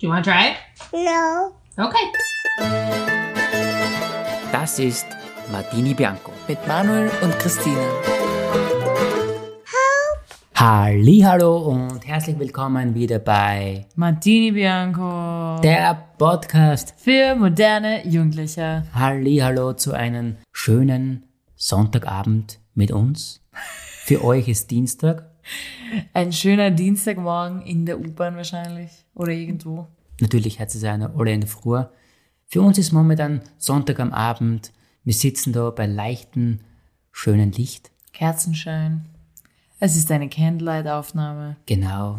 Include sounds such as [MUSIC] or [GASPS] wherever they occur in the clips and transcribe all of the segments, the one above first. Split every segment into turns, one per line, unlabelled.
Do you want to try it?
No.
Okay.
Das ist Martini Bianco.
Mit Manuel und Christine.
Hallo und herzlich willkommen wieder bei
Martini Bianco.
der Podcast.
Für moderne Jugendliche.
Hallo zu einem schönen Sonntagabend mit uns. Für euch ist Dienstag.
Ein schöner Dienstagmorgen in der U-Bahn wahrscheinlich. Oder irgendwo.
Natürlich hat es eine oder in der Früh. Für uns ist momentan Sonntag am Abend. Wir sitzen da bei leichtem, schönen Licht.
Kerzenschein. Es ist eine Candlelight-Aufnahme.
Genau.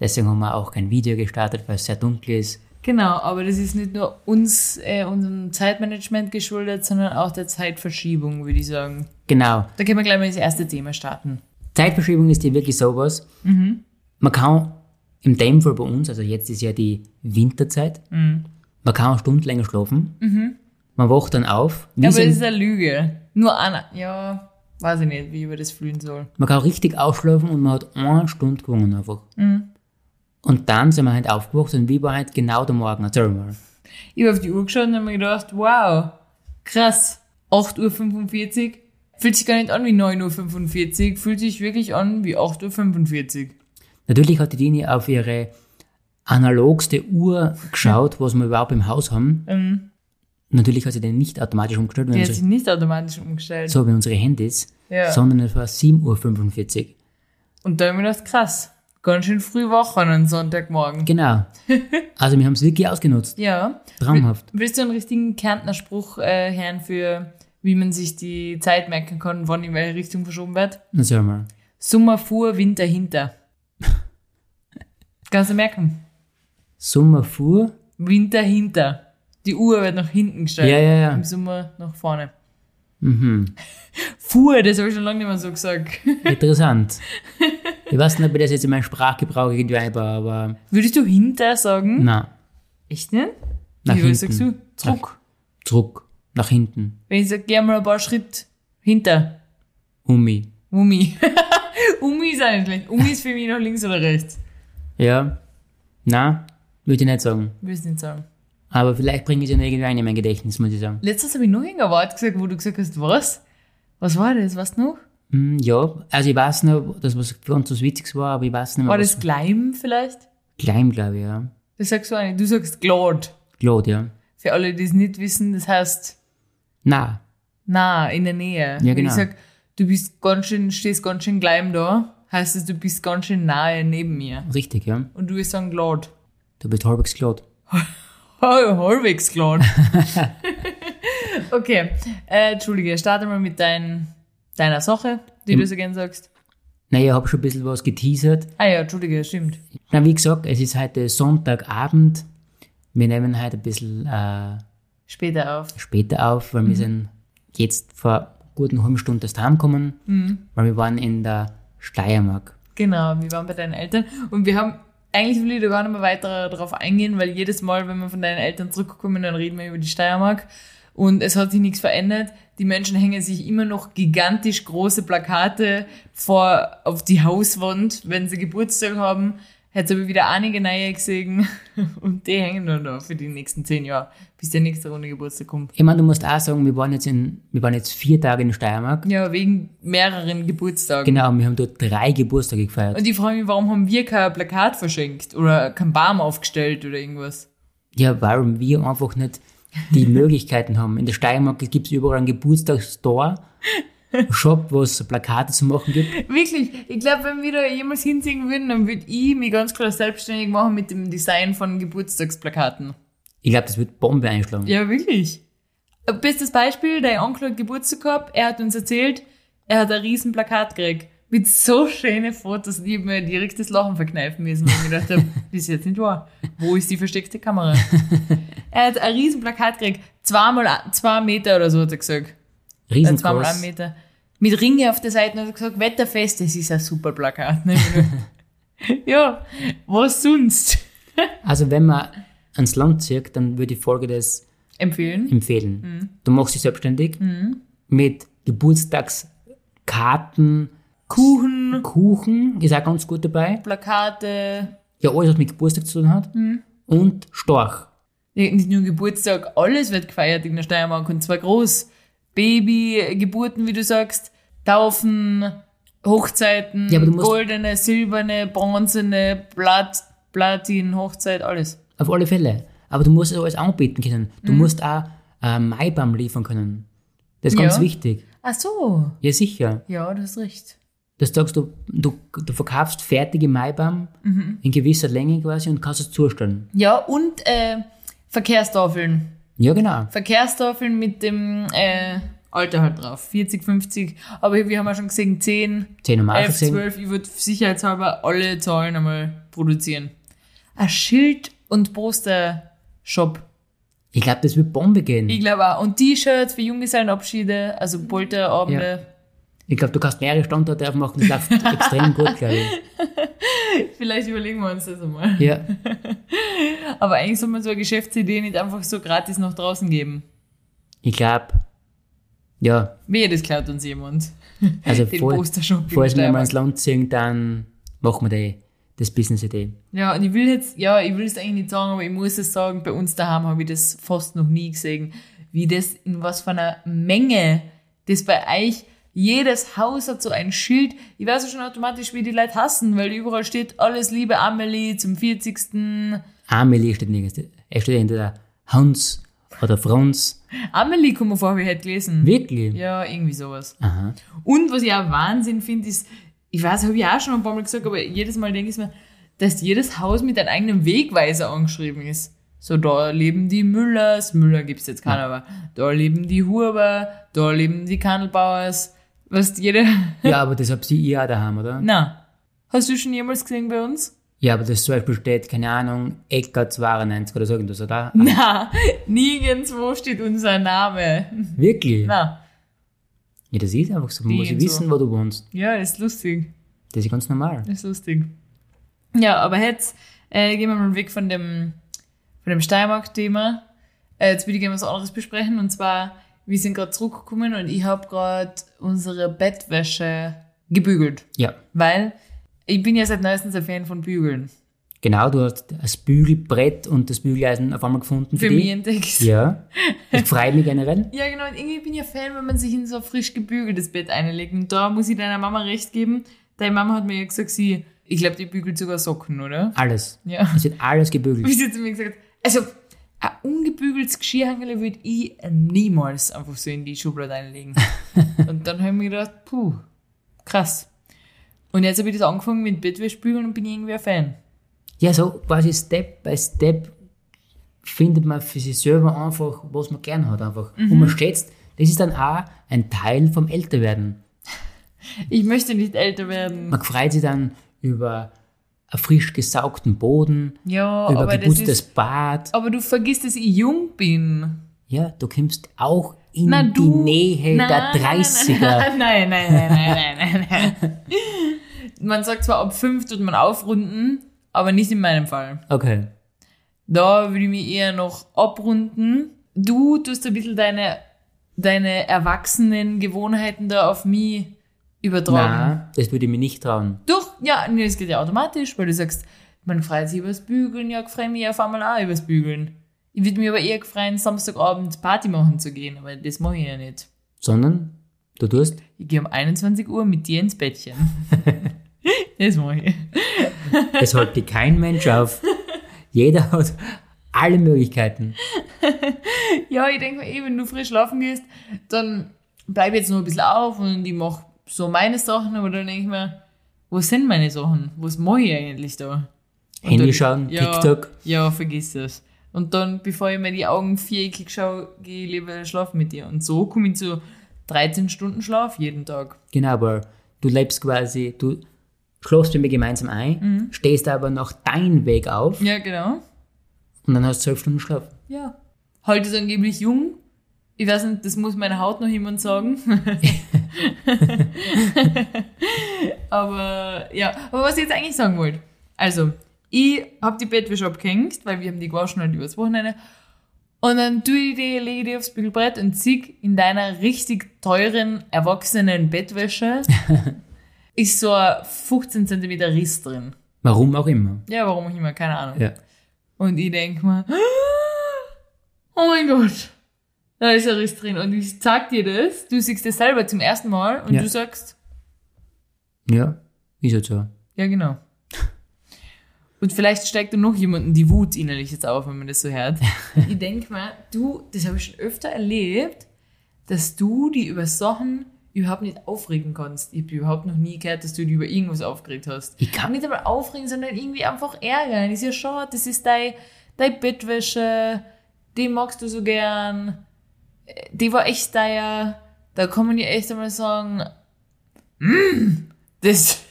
Deswegen haben wir auch kein Video gestartet, weil es sehr dunkel ist.
Genau, aber das ist nicht nur uns, äh, unserem Zeitmanagement geschuldet, sondern auch der Zeitverschiebung, würde ich sagen.
Genau.
Da können wir gleich mal das erste Thema starten.
Zeitverschiebung ist ja wirklich sowas.
Mhm.
Man kann im dem Fall bei uns, also jetzt ist ja die Winterzeit,
Mhm.
man kann eine Stunde länger schlafen. Man wacht dann auf. Wie
Ja,
so
aber
ein-
das ist eine Lüge. Nur Anna. Ja, weiß ich nicht, wie ich über das fühlen soll.
man kann richtig ausschlafen und man hat eine Stunde gewonnen einfach.
Mhm.
Und dann sind wir halt aufgewacht und wie war halt genau der Morgen? Erzähl mal.
Ich habe auf die Uhr geschaut und habe mir gedacht, wow, krass, 8.45 Uhr. Fühlt sich gar nicht an wie 9.45 Uhr, fühlt sich wirklich an wie 8.45 Uhr.
Natürlich hat die Dini auf ihre analogste Uhr geschaut, was wir überhaupt im Haus haben.
Ähm.
Natürlich hat sie den nicht automatisch umgestellt, wenn
Die hat
unsere,
sich nicht automatisch umgestellt.
so wie unsere Handys,
Ja.
sondern es war 7.45 Uhr.
Und da habe ich mir gedacht, krass, ganz schön früh wach an einem Sonntagmorgen. [LAUGHS]
Genau. Also wir haben es wirklich ausgenutzt.
Ja.
Traumhaft.
Willst du einen richtigen Kärntner Spruch äh, hören für, wie man sich die Zeit merken kann, wann in welche Richtung verschoben wird?
Na, sag mal.
Sommer vor,
[LAUGHS]
Winter hinter. Kannst du merken?
Sommer fuhr.
Winter hinter. Die Uhr wird nach hinten gestellt.
Ja, ja, ja.
Im Sommer nach vorne. [LAUGHS] Mhm. Fuhr, das habe ich schon lange nicht mehr so gesagt. [LAUGHS]
Interessant. ich weiß nicht, ob ich das jetzt in meinen Sprachgebrauch irgendwie einbaue, aber
Würdest du hinter sagen?
na,
Echt nicht?
Nach
Wie, was
hinten.
sagst du? Druck.
zurück, nach hinten,
Wenn ich sage, geh mal ein paar Schritt hinter.
Umi.
Umi. [LAUGHS] Umi ist auch nicht schlecht. Umi ist für mich noch links oder rechts.
Ja, na, würde ich nicht sagen.
Würdest nicht sagen.
Aber vielleicht bringe ich es ja noch irgendwie ein in mein Gedächtnis, muss ich sagen.
Letztens habe ich noch irgendein Wort gesagt, wo du gesagt hast, was? Was war das? Was noch?
Hm, ja, also ich weiß noch, das was für uns was Witziges war, aber ich weiß nicht mehr,
War
was
das Gleim vielleicht?
klein, glaube ich, ja.
Das sagst du auch nicht. Du sagst Glad.
Claude, ja.
Für alle, die es nicht wissen, das heißt
Na,
nah, in der Nähe. Wenn
genau.
ich sag, du bist ganz schön, stehst ganz schön Gleim da, heißt es, du bist ganz schön nahe neben mir.
richtig, ja.
Und du wirst sagen Glad.
Du bist halbwegs Claude.
Oh, halbwegs Glad. [LAUGHS] okay. Äh, Entschuldige, starte mal mit dein, deiner Sache, die du so gern sagst.
Naja, ich habe schon ein bisschen was geteasert.
Ah ja, Entschuldige, stimmt.
Na, wie gesagt, es ist heute Sonntagabend. Wir nehmen heute ein bisschen äh,
Später auf.
später auf, weil wir sind jetzt vor guten halben Stunde erst heimgekommen, weil wir waren in der Steiermark.
Genau, wir waren bei deinen Eltern und wir haben, eigentlich will ich da gar nicht mehr weiter darauf eingehen, weil jedes Mal, wenn wir von deinen Eltern zurückkommen, dann reden wir über die Steiermark und es hat sich nichts verändert. Die Menschen hängen sich immer noch gigantisch große Plakate vor auf die Hauswand, wenn sie Geburtstag haben. Jetzt habe ich wieder einige neue gesehen [LAUGHS] und die hängen dann da für die nächsten zehn Jahre, bis der nächste Runde Geburtstag kommt.
Ich meine, du musst auch sagen, wir waren jetzt, in, wir waren jetzt vier Tage in der Steiermark.
Ja, wegen mehreren Geburtstagen.
Genau, und wir haben dort drei Geburtstage gefeiert.
Und ich frage mich, warum haben wir kein Plakat verschenkt oder kein Baum aufgestellt oder irgendwas?
Ja, warum wir einfach nicht die Möglichkeiten haben. In der Steiermark gibt es überall einen Geburtstagsstore, Shop, wo es Plakate zu machen gibt.
[LAUGHS] Wirklich, ich glaube, wenn wir da jemals hinziehen würden, dann würde ich mich ganz klar selbstständig machen mit dem Design von Geburtstagsplakaten.
Ich glaube, das wird Bombe einschlagen.
Ja, wirklich. Äh, Bestes Beispiel, dein Onkel hat Geburtstag gehabt, er hat uns erzählt, er hat ein riesen Plakat gekriegt. Mit so schönen Fotos, die ich mir direkt das Lachen verkneifen müssen, weil ich mir gedacht habe, [LAUGHS] das ist jetzt nicht wahr. Wo ist die versteckte [LAUGHS] Kamera? er hat ein riesen Plakat gekriegt, zweimal, a- zwei Meter oder so, hat er gesagt. Äh, zweimal einen
Riesengroß.
Meter. Mit Ringe auf der Seite und hat gesagt, Wetterfest, das ist ein super
[LAUGHS]
Plakat. Ne? ja, was sonst?
Also wenn man ans Land zieht, dann würde ich folgendes
Empfehlen.
empfehlen.
Mhm.
Du machst dich selbstständig mit Geburtstagskarten,
Kuchen,
Kuchen ist auch ganz gut dabei.
Plakate, Mhm.
Ja, alles, was mit Geburtstag zu tun hat. und Storch.
Nicht nur Geburtstag, alles wird gefeiert in der Steiermark und zwar groß. Baby, Geburten, wie du sagst, Taufen, Hochzeiten,
Ja, aber du musst-
goldene, silberne, bronzene, Plat, Platin, Hochzeit, alles.
Auf alle Fälle. Aber du musst es alles anbieten können.
Mhm.
Du musst auch äh, Maibaum liefern können. Das ist ganz
Ja.
wichtig.
Ach so.
Ja, sicher.
Ja, du hast recht.
Das sagst du, du, du verkaufst fertige Maibaum
Mhm.
in gewisser Länge quasi und kannst es zustellen.
Ja, und äh, Verkehrstafeln.
Ja, genau.
Verkehrstafeln mit dem äh, Alter halt drauf. 40, 50. Aber wir haben ja schon gesehen, 10,
10 Uhr mal
11,
gesehen.
12. Ich würde sicherheitshalber alle Zahlen einmal produzieren. Ein Schild- und Poster-Shop.
Ich glaube, das wird Bombe gehen.
Ich glaube auch. Und T-Shirts für Junggesellenabschiede, also Polterabende.
Ich glaube, du kannst mehrere Standorte aufmachen. Das läuft [LAUGHS] extrem gut, glaube ich.
Vielleicht überlegen wir uns das einmal.
Ja.
Aber eigentlich soll man so eine Geschäftsidee nicht einfach so gratis nach draußen ggeben.
Ich glaube, ja,
Wehe, das klaut uns jemand.
also
Den
vor,
Postershop. in
falls wir mal
Steiermark.
ins Land ziehen, dann machen wir die, das Business-Idee.
Ja, und ich will jetzt, ja, ich will es eigentlich nicht sagen, aber ich muss es sagen, bei uns daheim habe ich das fast noch nie gesehen, wie das in was für einer Menge das bei euch, jedes Haus hat so ein Schild. Ich weiß ja schon automatisch, wie die Leute hassen, weil überall steht, alles liebe Amelie zum 40.
Amelie steht nirgends. Er steht entweder Hans oder Franz.
Amelie kommt mir vor, habe ich halt gelesen.
Wirklich?
Ja, irgendwie sowas.
Aha.
Und was ich auch Wahnsinn finde, ist, ich weiß, habe ich auch schon ein paar Mal gesagt, aber jedes Mal denke ich mir, dass jedes Haus mit einem eigenen Wegweiser angeschrieben ist. So, da leben die Müllers, Müller gibt's jetzt keiner, aber da leben die Huber, da leben die Kandelbauers, was jeder. [LAUGHS]
Ja, aber das habt ihr ja daheim, oder?
Na, hast du schon jemals gesehen bei uns? [LAUGHS]
Ja, aber das zum Beispiel steht, keine Ahnung, Eckart 92 oder so irgendwas,
[LAUGHS]
oder?
Na, nirgendwo steht unser Name.
Wirklich?
Na,
Ja, das ist einfach so. Man
Die
muss ja
und so.
wissen, wo du wohnst.
ja, ist lustig.
Das ist ganz normal.
Das ist lustig. Ja, aber jetzt äh, gehen wir mal weg von dem, von dem Steiermark-Thema. Äh, jetzt würde ich gerne was anderes besprechen. Und zwar, wir sind gerade zurückgekommen und ich habe gerade unsere Bettwäsche gebügelt.
Ja.
Weil ich bin ja seit neuestem ein Fan von Bügeln.
Genau, du hast das Bügelbrett und das Bügeleisen auf einmal gefunden für,
Für
dich.
mich entdeckt.
Ja. Das freut mich generell.
Ja, genau. Und irgendwie bin ich ja Fan, wenn man sich in so ein frisch gebügeltes Bett einlegt. Und da muss ich deiner Mama recht geben. Deine Mama hat mir ja gesagt, sie, ich glaube, die bügelt sogar Socken, oder?
Alles.
Ja.
Es wird alles
Wie
gebügelt.
sie zu mir gesagt hat, also ein ungebügeltes Geschirrhangel würde ich niemals einfach so in die Schublade
[LAUGHS]
einlegen. und dann habe ich mir gedacht, puh, krass. Und jetzt habe ich das angefangen mit Bettwäschbügeln und bin irgendwie ein Fan.
Ja, so quasi Step by Step findet man für sich selber einfach, was man gern hat einfach.
Mhm.
Und man schätzt, das ist dann auch ein Teil vom Älterwerden.
Ich möchte nicht älter werden.
Man freut sich dann über einen frisch gesaugten Boden,
Ja,
über
aber das
geputztes
ist,
Bad.
aber du vergisst, dass ich jung bin.
Ja, du kommst auch in
Na,
die
du-
Nähe der 30er.
Nein, nein, nein, nein, nein, nein, nein.
[LAUGHS]
Man sagt zwar, ab fünf tut man aufrunden, aber nicht in meinem Fall.
Okay.
Da würde ich mich eher noch abrunden. Du tust ein bisschen deine, deine erwachsenen Gewohnheiten da auf mich übertragen.
Nein, das würde ich mir nicht trauen.
Doch, ja, nee, das geht ja automatisch, weil du sagst, man freut sich übers Bügeln, ja, freue mich auf einmal auch übers Bügeln. Ich würde mir aber eher freuen, Samstagabend Party machen zu gehen, aber das mache ich ja nicht.
Sondern du tust
[LAUGHS] Ich gehe um 21 Uhr mit dir ins Bettchen. [LAUGHS] das mache ich.
Es halte kein Mensch auf. Jeder hat alle Möglichkeiten.
Ja, ich denke mir eh, wenn du frisch schlafen gehst, dann bleib jetzt nur ein bisschen auf und ich mach so meine Sachen, aber dann denke ich mir, wo sind meine Sachen? Was mache ich eigentlich da? Und
Handy
dann-
schauen, TikTok.
Ja, vergiss das. Und dann, bevor ich mir die Augen viereckig schaue, gehe ich lieber schlafen mit dir. Und so komme ich zu 13 Stunden Schlaf jeden Tag.
Genau, aber du lebst quasi, du schläfst mit mir gemeinsam ein, stehst aber noch deinen Weg auf
Mhm. Ja, genau.
und dann hast du zwölf Stunden Schlaf.
Ja. Heute ist angeblich jung. Ich weiß nicht, das muss meine Haut noch jemand sagen. Aber ja, aber was ich jetzt eigentlich sagen wollte. Also, ich habe die Bettwäsche abgehängt, weil wir haben die gewaschen halt übers Wochenende. Und dann tue ich die, lege ich die aufs Bügelbrett und zieh in deiner richtig teuren, erwachsenen Bettwäsche ist so ein 15 cm Riss drin.
Warum auch immer.
Ja, warum auch immer, keine Ahnung.
Ja.
Und ich denk mir, [GASPS] oh mein Gott, da ist ein Riss drin. Und ich sag dir das, du siehst das selber zum ersten Mal und
Ja.
du sagst,
Ja, ist halt so.
ja genau. Und vielleicht steigt dann noch jemanden die Wut innerlich jetzt auf, wenn man das so hört. ich denk mir, du, das habe ich schon öfter erlebt, dass du die über Sachen überhaupt nicht aufregen kannst. Ich habe überhaupt noch nie gehört, dass du die über irgendwas aufgeregt hast.
Ich kann,
nicht einmal aufregen, sondern irgendwie einfach ärgern. Ist ja schade, das ist dein, dein Bettwäsche, die magst du so gern, äh, die war echt teuer. Da kann man ja echt einmal sagen, mm, das,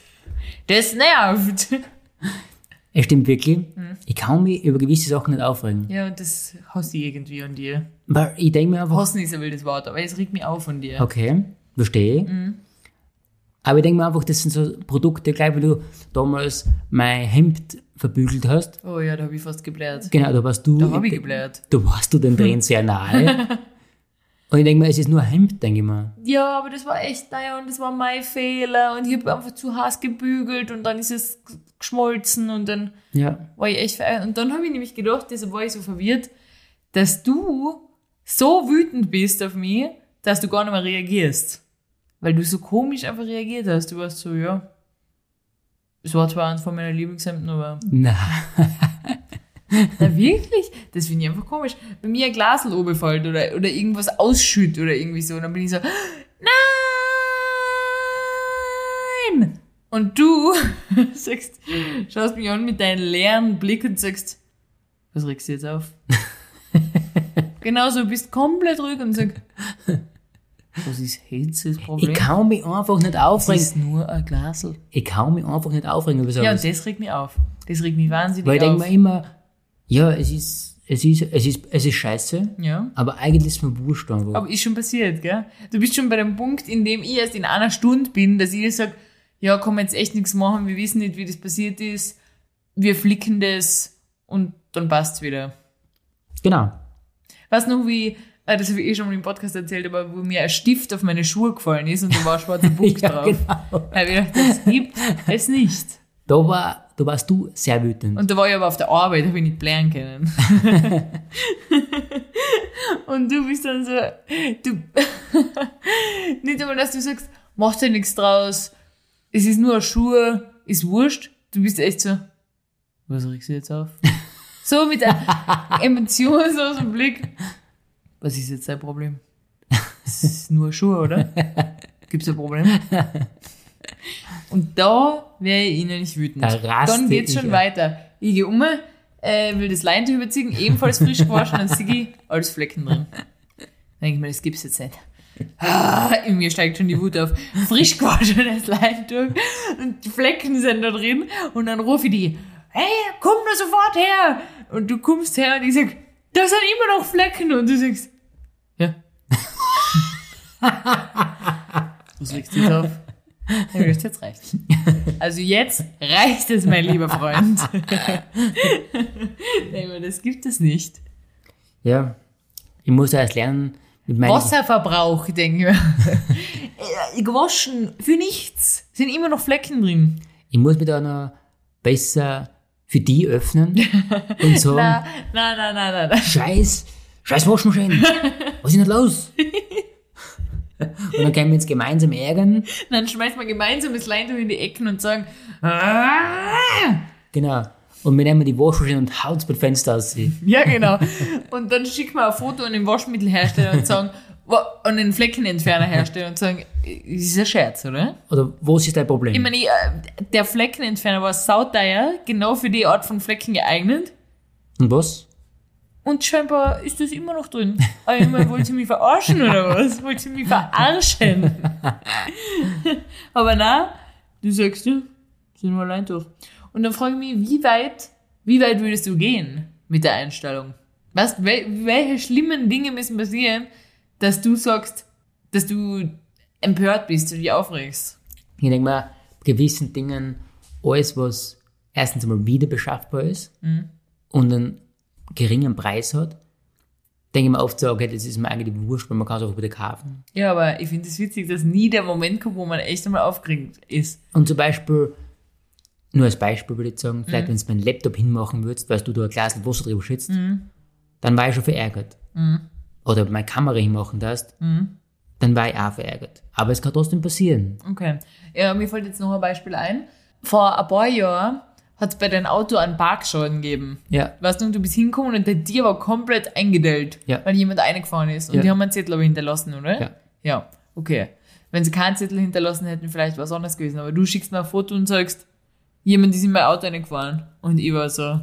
das nervt. [LAUGHS]
es stimmt wirklich, ich kann mich über gewisse Sachen nicht aufregen.
Mhm. Ja, und das hasse ich irgendwie an dir.
Weil ich denke mir einfach,
Hassen ist ein wildes Wort, aber es regt mich auf an dir.
okay, verstehe.
Mhm.
Aber ich denke mir einfach, das sind so Produkte, gleich wie du damals mein Hemd verbügelt hast.
Oh ja, da habe ich fast gebläht.
Genau, da warst du.
Da habe ich gebläht.
Da warst du den
[LAUGHS]
Tränen sehr nahe. Und ich denke mir, es ist nur ein Hemd, denke ich mir.
ja, aber das war echt, naja, und das war mein Fehler und ich habe einfach zu heiß gebügelt und dann ist es geschmolzen und dann
Ja.
war ich echt verärgert. Und dann habe ich nämlich gedacht, deshalb war ich so verwirrt, dass du so wütend bist auf mich, dass du gar nicht mehr reagierst. Weil du so komisch einfach reagiert hast. Du warst so, ja. Es war zwar eins von meiner Lieblingshemden, aber.
Na,
Na wirklich? Das finde ich einfach komisch. Wenn mir ein Glasl runterfällt oder, oder irgendwas ausschütt oder irgendwie so, dann bin ich so, nein! Und du [LAUGHS] sagst, schaust mich an mit deinem leeren Blick und sagst, was regst du jetzt auf?
[LAUGHS]
Genauso, du bist komplett ruhig und sagst, was ist jetzt das
ich
Problem?
kann mich einfach nicht
Das
aufregen.
ist nur ein Glasl.
Ich kann mich einfach nicht aufregen über sowas.
Ja, und das regt mich auf. Das regt mich wahnsinnig
Weil ich denke
auf.
mir immer, ja, es ist, es ist, es ist, es ist scheiße,
ja.
aber eigentlich ist mir wurscht einfach.
Aber ist schon passiert, gell? Du bist schon bei dem Punkt, in dem ich erst in einer Stunde bin, dass ich sage, ja, kann man jetzt echt nichts machen, wir wissen nicht, wie das passiert ist, wir flicken das und dann passt's wieder.
genau.
Weißt du noch, wie, äh, das habe ich eh schon mal im Podcast erzählt, aber wo mir ein Stift auf meine Schuhe gefallen ist und da war
[LAUGHS]
ein schwarzer Punkt
Ja,
drauf.
genau.
Da habe ich gedacht, das gibt es nicht.
Da, war, da warst du sehr wütend.
Und da war ich aber auf der Arbeit, habe ich nicht lernen können. [LAUGHS] und du bist dann so, du, [LAUGHS] nicht einmal, dass du sagst, mach dir nichts draus, es ist nur ein Schuh, ist wurscht. Du bist echt so, was regst du jetzt [LAUGHS] auf? so mit einem emotionslosen Blick. Was ist jetzt dein
[LAUGHS]
Problem? Es ist nur ein Schuh, oder? Gibt's ein Problem? Und da wäre ich innerlich wütend.
Da raste
Dann geht's
ich
schon
aus.
weiter. Ich gehe um, äh, will das Leintuch überziehen, ebenfalls frisch gewaschen, dann sehe ich alles Flecken drin. Dann denke ich mir, das gibt's jetzt nicht. Ah, in mir steigt schon die Wut auf. Frisch gewaschenes Leintuch und die Flecken sind da drin und dann rufe ich die, hey, komm nur sofort her! Und du kommst her und ich sag, da sind immer noch Flecken und du sagst, ja. Was legst du jetzt [LAUGHS] auf? Ja, das jetzt reicht. Also jetzt reicht es, mein lieber Freund. [LAUGHS] Nein, aber das gibt es nicht.
Ja. Ich musste erst lernen, mit meinen.
Wasserverbrauch, denke ich. [LAUGHS] Äh, Gewaschen für nichts. Sind immer noch Flecken drin.
Ich muss mich da noch besser für die öffnen und sagen,
Na, na, na, na, na. na.
scheiß, scheiß Waschmaschine, was ist denn los? und dann können wir uns gemeinsam ärgern.
Dann schmeißt man gemeinsam das Leintuch in die Ecken und sagen, "Ah!"
Genau. Und wir nehmen die Waschmaschine und haut beim Fenster aus.
ja genau. Und dann schickt man ein Foto an den Waschmittelhersteller und sagen, "Wa- an den Fleckenentfernerhersteller und sagen, "Es ist ein Scherz, oder?
Oder was ist dein Problem?
Ich meine, ich, äh, der Fleckenentferner war sauteuer, genau für die Art von Flecken geeignet.
und was?
Und scheinbar ist das immer noch drin. Aber ich meine, wollt ihr mich verarschen oder was? Wollt ihr mich verarschen? Aber na, du sagst ja, sind wir allein durch. Und dann frage ich mich, wie weit, wie weit würdest du gehen mit der Einstellung? Was, wel, welche schlimmen Dinge müssen passieren, dass du sagst, dass du empört bist und dich aufregst?
Ich denke mal, gewissen Dingen, alles, was erstens einmal wieder beschaffbar ist und einen geringen Preis hat, denke ich mir oft so, okay, das ist mir eigentlich wurscht, weil man kann es auch wieder kaufen.
Ja, aber ich finde es witzig, dass nie der Moment kommt, wo man echt einmal aufgeregt ist.
Und zum Beispiel, nur als Beispiel würde ich sagen, vielleicht wenn du meinen Laptop hinmachen würdest, weil du da ein Glas Wasser drüber schützt, dann war ich schon verärgert. Oder meine Kamera hinmachen darfst, dann war ich auch verärgert. Aber es kann trotzdem passieren.
Okay. Ja, mir fällt jetzt noch ein Beispiel ein. Vor ein paar Jahren hat es bei deinem Auto einen Parkschaden gegeben.
[LAUGHS] Ja.
Weißt du, und du bist hingekommen und der Tier war komplett eingedellt,
Ja.
weil jemand eingefahren ist. Und
Ja.
die haben einen Zettel aber hinterlassen, oder?
Ja.
Ja, okay. Wenn sie keinen Zettel hinterlassen hätten, vielleicht was anderes gewesen. Aber du schickst mir ein Foto und sagst, jemand ist in mein Auto eingefahren. Und ich war so,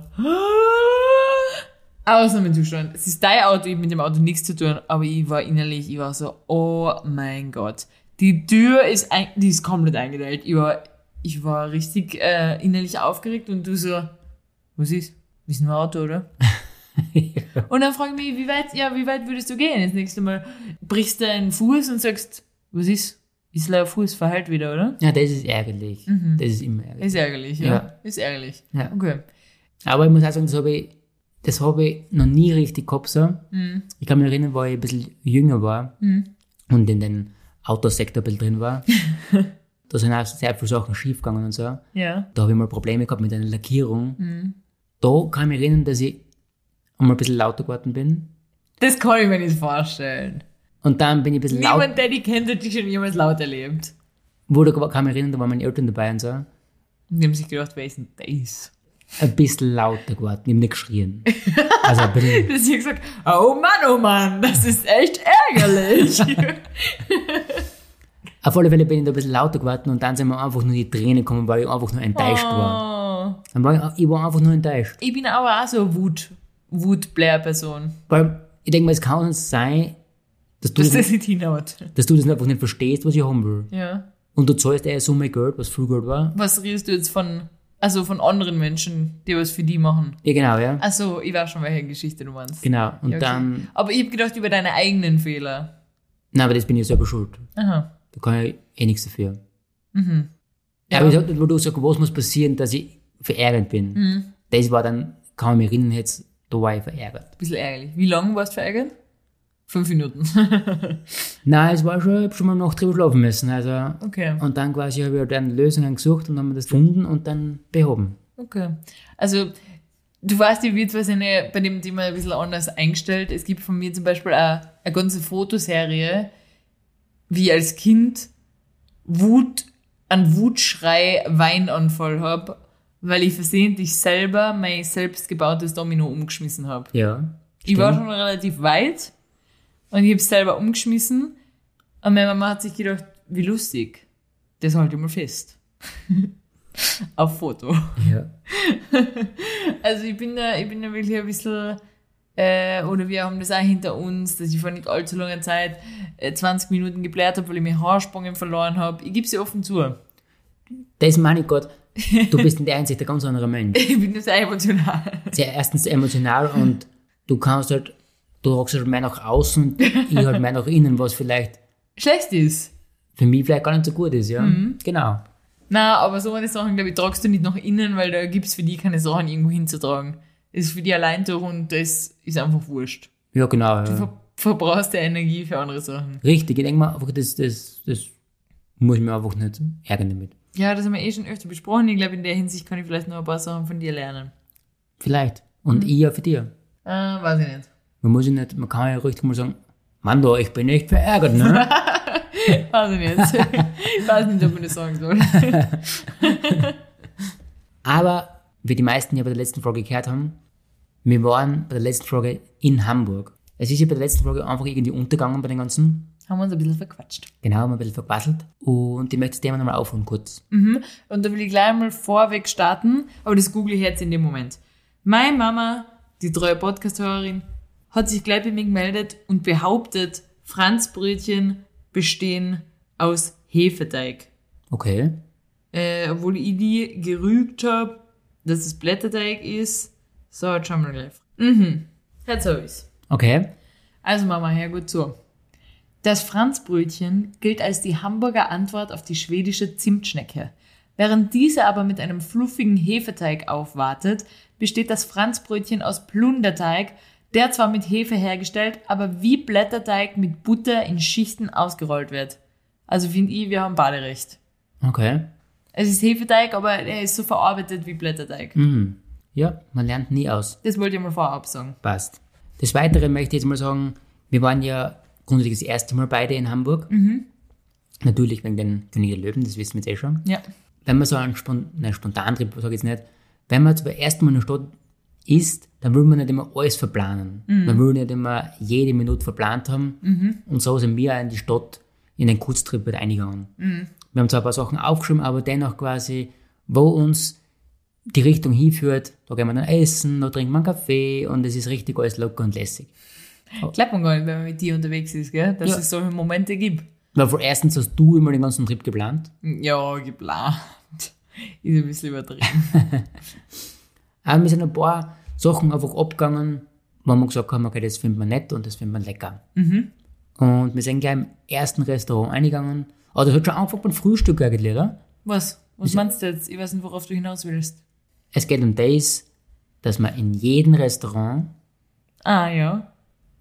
[GASPS] Ausnahmezustand. Es ist dein Auto, ich hab mit dem Auto nichts zu tun, aber ich war innerlich, ich war so, oh mein Gott. Die Tür ist, ein, die ist komplett eingedellt. Ich war, ich war richtig äh, innerlich aufgeregt und du so, was ist? Wir sind ein Auto, oder? Und dann frage ich mich, wie weit, ja, wie weit würdest du gehen? Das nächste Mal brichst du einen Fuß und sagst, was ist? Ist leider Fuß verheilt wieder, oder?
ja, das ist ärgerlich. Das ist immer ärgerlich.
Ist ärgerlich, ja.
Ja.
Ist ärgerlich.
Ja.
Okay.
Aber ich muss auch sagen, das habe ich, das habe ich noch nie richtig gehabt. So.
Mhm.
Ich kann mich erinnern, wo ich ein bisschen jünger war und in den Autosektor ein bisschen drin
[LAUGHS]
war. da sind auch sehr viele Sachen schiefgegangen und so.
Ja.
Da habe ich mal Probleme gehabt mit einer Lackierung.
Mhm.
Da kann ich mich erinnern, dass ich einmal ein bisschen lauter geworden bin.
Das kann ich mir nicht vorstellen.
Und dann bin ich ein bisschen laut.
Niemand, der die kennt, hat dich schon jemals laut erlebt.
Wurde, kann mich erinnern, da waren meine Eltern dabei und so.
Und die haben sich gedacht, wer ist denn das?
Ein bisschen lauter geworden. Ich habe nicht
[LAUGHS]
geschrien. Also ein bisschen.
Das hier gesagt, oh Mann, oh Mann, das ist echt
[LAUGHS]
ärgerlich.
Auf alle Fälle bin ich da ein bisschen lauter geworden und dann sind mir einfach nur die Tränen gekommen, weil ich einfach nur enttäuscht war.
oh.
Dann war ich, ich war einfach nur enttäuscht.
Ich bin aber auch so eine Wut, Wutblair-Person.
Weil ich denke mal, es kann nicht sein, dass du
Dass
das,
das nicht hinhaut.
dass du das einfach nicht verstehst, was ich haben will.
Ja.
Und du zahlst eher so mein Geld, was früher Geld war.
Was redest du jetzt von, also von anderen Menschen, die was für die machen?
Ja, genau, ja.
Ach so, ich weiß schon, welche Geschichte du meinst.
Genau. Und
Ja, okay.
dann,
Aber ich habe gedacht über deine eigenen Fehler.
nein, aber das bin ich selber schuld.
Aha.
Da kann ich eh nichts dafür.
Ja.
Aber ich sag, wo du sagst, was muss passieren, dass ich verärgert bin.
Mhm.
Das war dann, kann ich mich erinnern, jetzt, da war ich verärgert.
Bisschen ärgerlich. Wie lange warst du verärgert? Fünf Minuten. [LAUGHS]
Nein, es war schon, ich hab schon mal noch drüber schlafen müssen. Also,
Okay.
Und dann quasi habe ich halt dann Lösungen gesucht und haben wir das gefunden und dann behoben.
Okay. Also, du weißt, ich wird wahrscheinlich bei dem Thema ein bisschen anders eingestellt. Es gibt von mir zum Beispiel auch eine ganze Fotoserie, wie ich als Kind Wut, an Wutschrei Weinanfall habe, weil ich versehentlich selber mein selbstgebautes Domino umgeschmissen habe.
Ja.
Ich war schon relativ weit und ich habe es selber umgeschmissen. Und meine Mama hat sich gedacht, wie lustig. Das halte ich mal fest. [LAUGHS] Auf Foto.
Ja.
[LAUGHS] Also ich bin da, ich bin da wirklich ein bisschen, äh, oder wir haben das auch hinter uns, dass ich vor nicht allzu langer Zeit äh, 20 Minuten gebläht habe, weil ich mir Haarsprungen verloren habe. Ich gebe sie offen zu. [LAUGHS]
Das meine ich Gott, du bist in der Einsicht ein ganz anderer Mensch.
Ich bin da sehr emotional.
Sehr erstens emotional und du kannst halt, du rockst halt mehr nach außen, ich halt mehr nach innen, was vielleicht
Schlecht ist.
für mich vielleicht gar nicht so gut ist, ja.
Mhm.
Genau.
Na, aber so eine Sachen, glaube ich, tragst du nicht nach innen, weil da gibt's für die keine Sachen irgendwo hinzutragen. Das ist für die allein durch und das ist einfach wurscht.
Ja, genau.
Du
Ja.
ver verbrauchst ja Energie für andere Sachen.
Richtig, ich denke mal einfach, das, das, das muss ich mir einfach nicht ärgern damit.
Ja, das haben wir eh schon öfter besprochen. Ich glaube, in der Hinsicht kann ich vielleicht noch ein paar Sachen von dir lernen.
Vielleicht. Und
Mhm.
ich ja für dich.
Äh, weiß ich nicht.
Man muss ja nicht, man kann ja richtig mal sagen, Mann, da, ich bin echt verärgert, ne?
Weiß ich nicht. ich [LAUGHS] weiß nicht, ob man das sagen soll.
Aber, wie die meisten ja bei der letzten Folge gehört haben, wir waren bei der letzten Folge in Hamburg. Es ist ja bei der letzten Folge einfach irgendwie untergegangen bei den ganzen.
haben wir uns ein bisschen verquatscht.
Genau, haben wir ein bisschen verquasselt. Und ich möchte das Thema nochmal aufholen kurz.
Und da will ich gleich mal vorweg starten, aber das google ich jetzt in dem Moment. Meine Mama, die treue Podcast-Hörerin, hat sich gleich bei mir gemeldet und behauptet, Franzbrötchen bestehen aus Hefeteig.
Okay.
Äh, obwohl ich die gerügt habe, dass es Blätterteig ist. So, jetzt schauen wir gleich. Mhm, jetzt hab ich's.
Okay.
Also Mama, her gut zu. Das Franzbrötchen gilt als die Hamburger Antwort auf die schwedische Zimtschnecke. Während diese aber mit einem fluffigen Hefeteig aufwartet, besteht das Franzbrötchen aus Plunderteig, der zwar mit Hefe hergestellt, aber wie Blätterteig mit Butter in Schichten ausgerollt wird. Also finde ich, wir haben beide recht.
Okay.
Es ist Hefeteig, aber er ist so verarbeitet wie Blätterteig.
Mhm. Ja, man lernt nie aus.
Das wollte ich mal vorab sagen.
Passt. Des Weiteren möchte ich jetzt mal sagen, wir waren ja grundsätzlich das erste Mal beide in Hamburg. Natürlich wegen den König der Löwen, das wissen wir jetzt eh schon.
Ja.
Wenn man so einen Spon nein, Spontantrip, sage ich jetzt nicht, wenn man zum ersten Mal in der Stadt ist, dann will man nicht immer alles verplanen. Man will nicht immer jede Minute verplant haben. Und so sind wir auch in die Stadt in den Kurztrip mit eingegangen. Wir haben zwar ein paar Sachen aufgeschrieben, aber dennoch quasi, wo uns die Richtung hinführt, da gehen wir dann essen, da trinken wir einen Kaffee und es ist richtig alles locker und lässig.
Glaubt man gar nicht, wenn man mit dir unterwegs ist, gell? dass
Ja.
es solche Momente gibt.
Weil vor erstens hast du immer den ganzen Trip geplant.
Ja, geplant. [LAUGHS] Ist ein bisschen übertrieben.
Aber mir sind ein paar Sachen einfach abgegangen, wo wir gesagt haben, okay, das findet man nett und das findet man lecker. Und wir sind gleich im ersten Restaurant eingegangen. Aber das hat schon angefangen beim Frühstück eigentlich, oder?
Was? Was meinst du jetzt? Ich weiß nicht, worauf du hinaus willst.
Es geht um das, dass man in jedem Restaurant,
Ah, ja.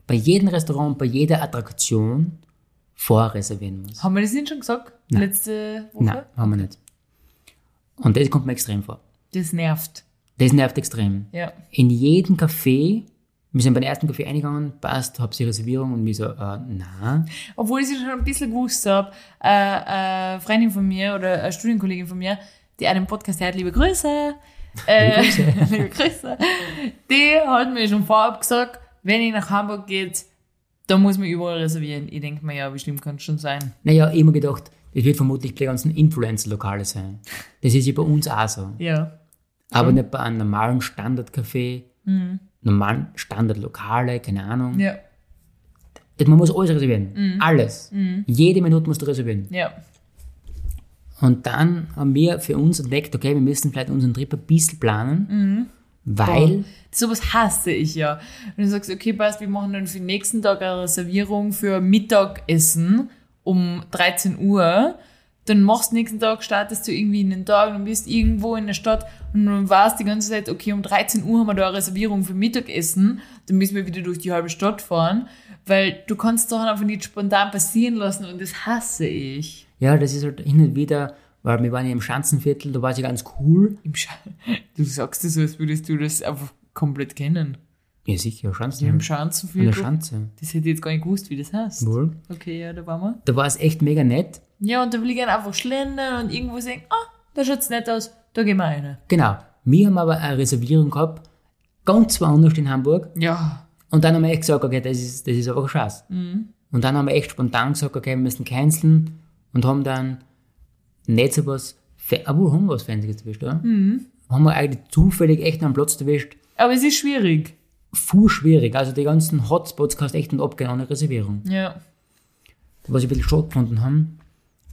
bei jedem Restaurant, bei jeder Attraktion vorreservieren muss.
Haben wir das nicht schon gesagt? Letzte Woche?
Nein, haben wir nicht. Und das kommt mir extrem vor.
Das nervt.
Das nervt extrem.
Ja.
in jedem Café, wir sind beim ersten Café eingegangen, passt, habt ihr Reservierung? Und wir so, äh, na.
Obwohl ich es schon ein bisschen gewusst habe, äh, äh, eine Freundin von mir oder eine Studienkollegin von mir, die einen Podcast hat, liebe Grüße, äh, [LAUGHS] liebe Grüße, die hat mir schon vorab gesagt, wenn ich nach Hamburg geht, da muss man überall reservieren. Ich denke mir, ja, bestimmt kann es schon sein.
Naja, ich hab mir gedacht, das wird vermutlich bei den ganzen Influencer-Lokale sein. Das ist ja bei uns auch so.
Ja. Mhm.
Aber nicht bei einem normalen Standard-Café, normalen Standard-Lokale, keine Ahnung.
Ja. Mhm.
Das, man muss alles reservieren. Alles. Jede Minute musst du reservieren.
Ja.
Und dann haben wir für uns entdeckt, okay, wir müssen vielleicht unseren Trip ein bisschen planen,
Mhm.
weil
Sowas hasse ich ja. Wenn du sagst, okay, passt, wir machen dann für den nächsten Tag eine Reservierung für Mittagessen um 13 Uhr, dann machst du nächsten Tag, startest du irgendwie in den Tag und bist irgendwo in der Stadt und dann warst die ganze Zeit, okay, um 13 Uhr haben wir da eine Reservierung für Mittagessen, dann müssen wir wieder durch die halbe Stadt fahren, weil du kannst doch einfach nicht spontan passieren lassen und das hasse ich.
ja, das ist halt hin und wieder, weil wir waren ja im Schanzenviertel, da war es ja ganz cool.
Im Sch [LAUGHS] du sagst das so, als würdest du das einfach komplett kennen.
Ja, sicher, Schanzen.
Im Schanzenviertel.
An der Schanze.
Das hätte ich jetzt gar nicht gewusst, wie das heißt.
Wohl.
Okay, ja, da waren wir.
Da war es echt mega nett.
Ja, und da will ich gerne einfach schlendern und irgendwo sehen, ah, da schaut's nett aus, da gehen wir rein.
Genau. Wir haben aber eine Reservierung gehabt, ganz woanders in Hamburg.
Ja.
Und dann haben wir echt gesagt, okay, das ist, das ist einfach Scheiß. Und dann haben wir echt spontan gesagt, okay, wir müssen canceln und haben dann nicht so was, Fe- obwohl haben wir was Fancyes erwischt, oder? Haben wir eigentlich zufällig echt einen Platz erwischt.
Aber es ist schwierig.
Fuhr schwierig. Also die ganzen Hotspots kannst du echt nicht abgehen ohne Reservierung.
Ja.
was ich ein bisschen schade gefunden haben,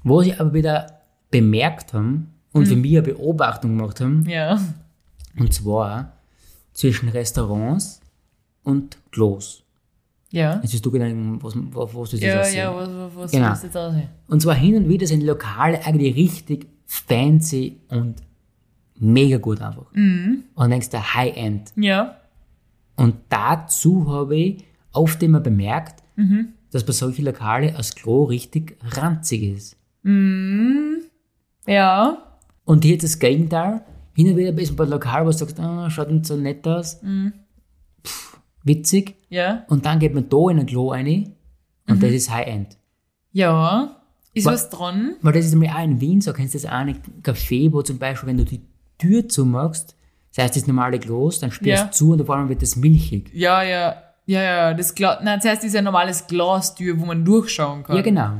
was ich aber wieder bemerkt haben und für mich eine Beobachtung gemacht haben,
Ja.
und zwar zwischen Restaurants und Klos.
Ja.
Jetzt hast du gedacht, was, was, was das
Ja,
ist.
ja, was, was, was
Genau.
willst du jetzt aussehen?
Und zwar hin und wieder sind Lokale eigentlich richtig fancy und mega gut einfach.
Mhm.
Und dann denkst du, High-End.
Ja.
Und dazu habe ich oft immer bemerkt,
Mhm.
dass bei solchen Lokale das Klo richtig ranzig ist.
Ja.
Und hier jetzt das Gegenteil. Hin und wieder bist du bei einem Lokal, wo du sagst, ah, schaut nicht so nett aus.
Mhm.
Pff, witzig.
Ja.
Und dann geht man da in ein Klo rein
Mhm.
und das ist High-End.
Ja. Ist
Wa-
was dran?
Weil das ist nämlich auch in Wien so, kennst du das auch in einem Café, wo zum Beispiel, wenn du die Tür zumachst, das heißt das normale Klos, dann sperrst
Ja.
du zu und auf einmal wird das milchig.
Ja, ja. Ja, ja, das Glas, nein, das heißt, das ist ein normales Glastür, wo man durchschauen kann.
Ja, genau.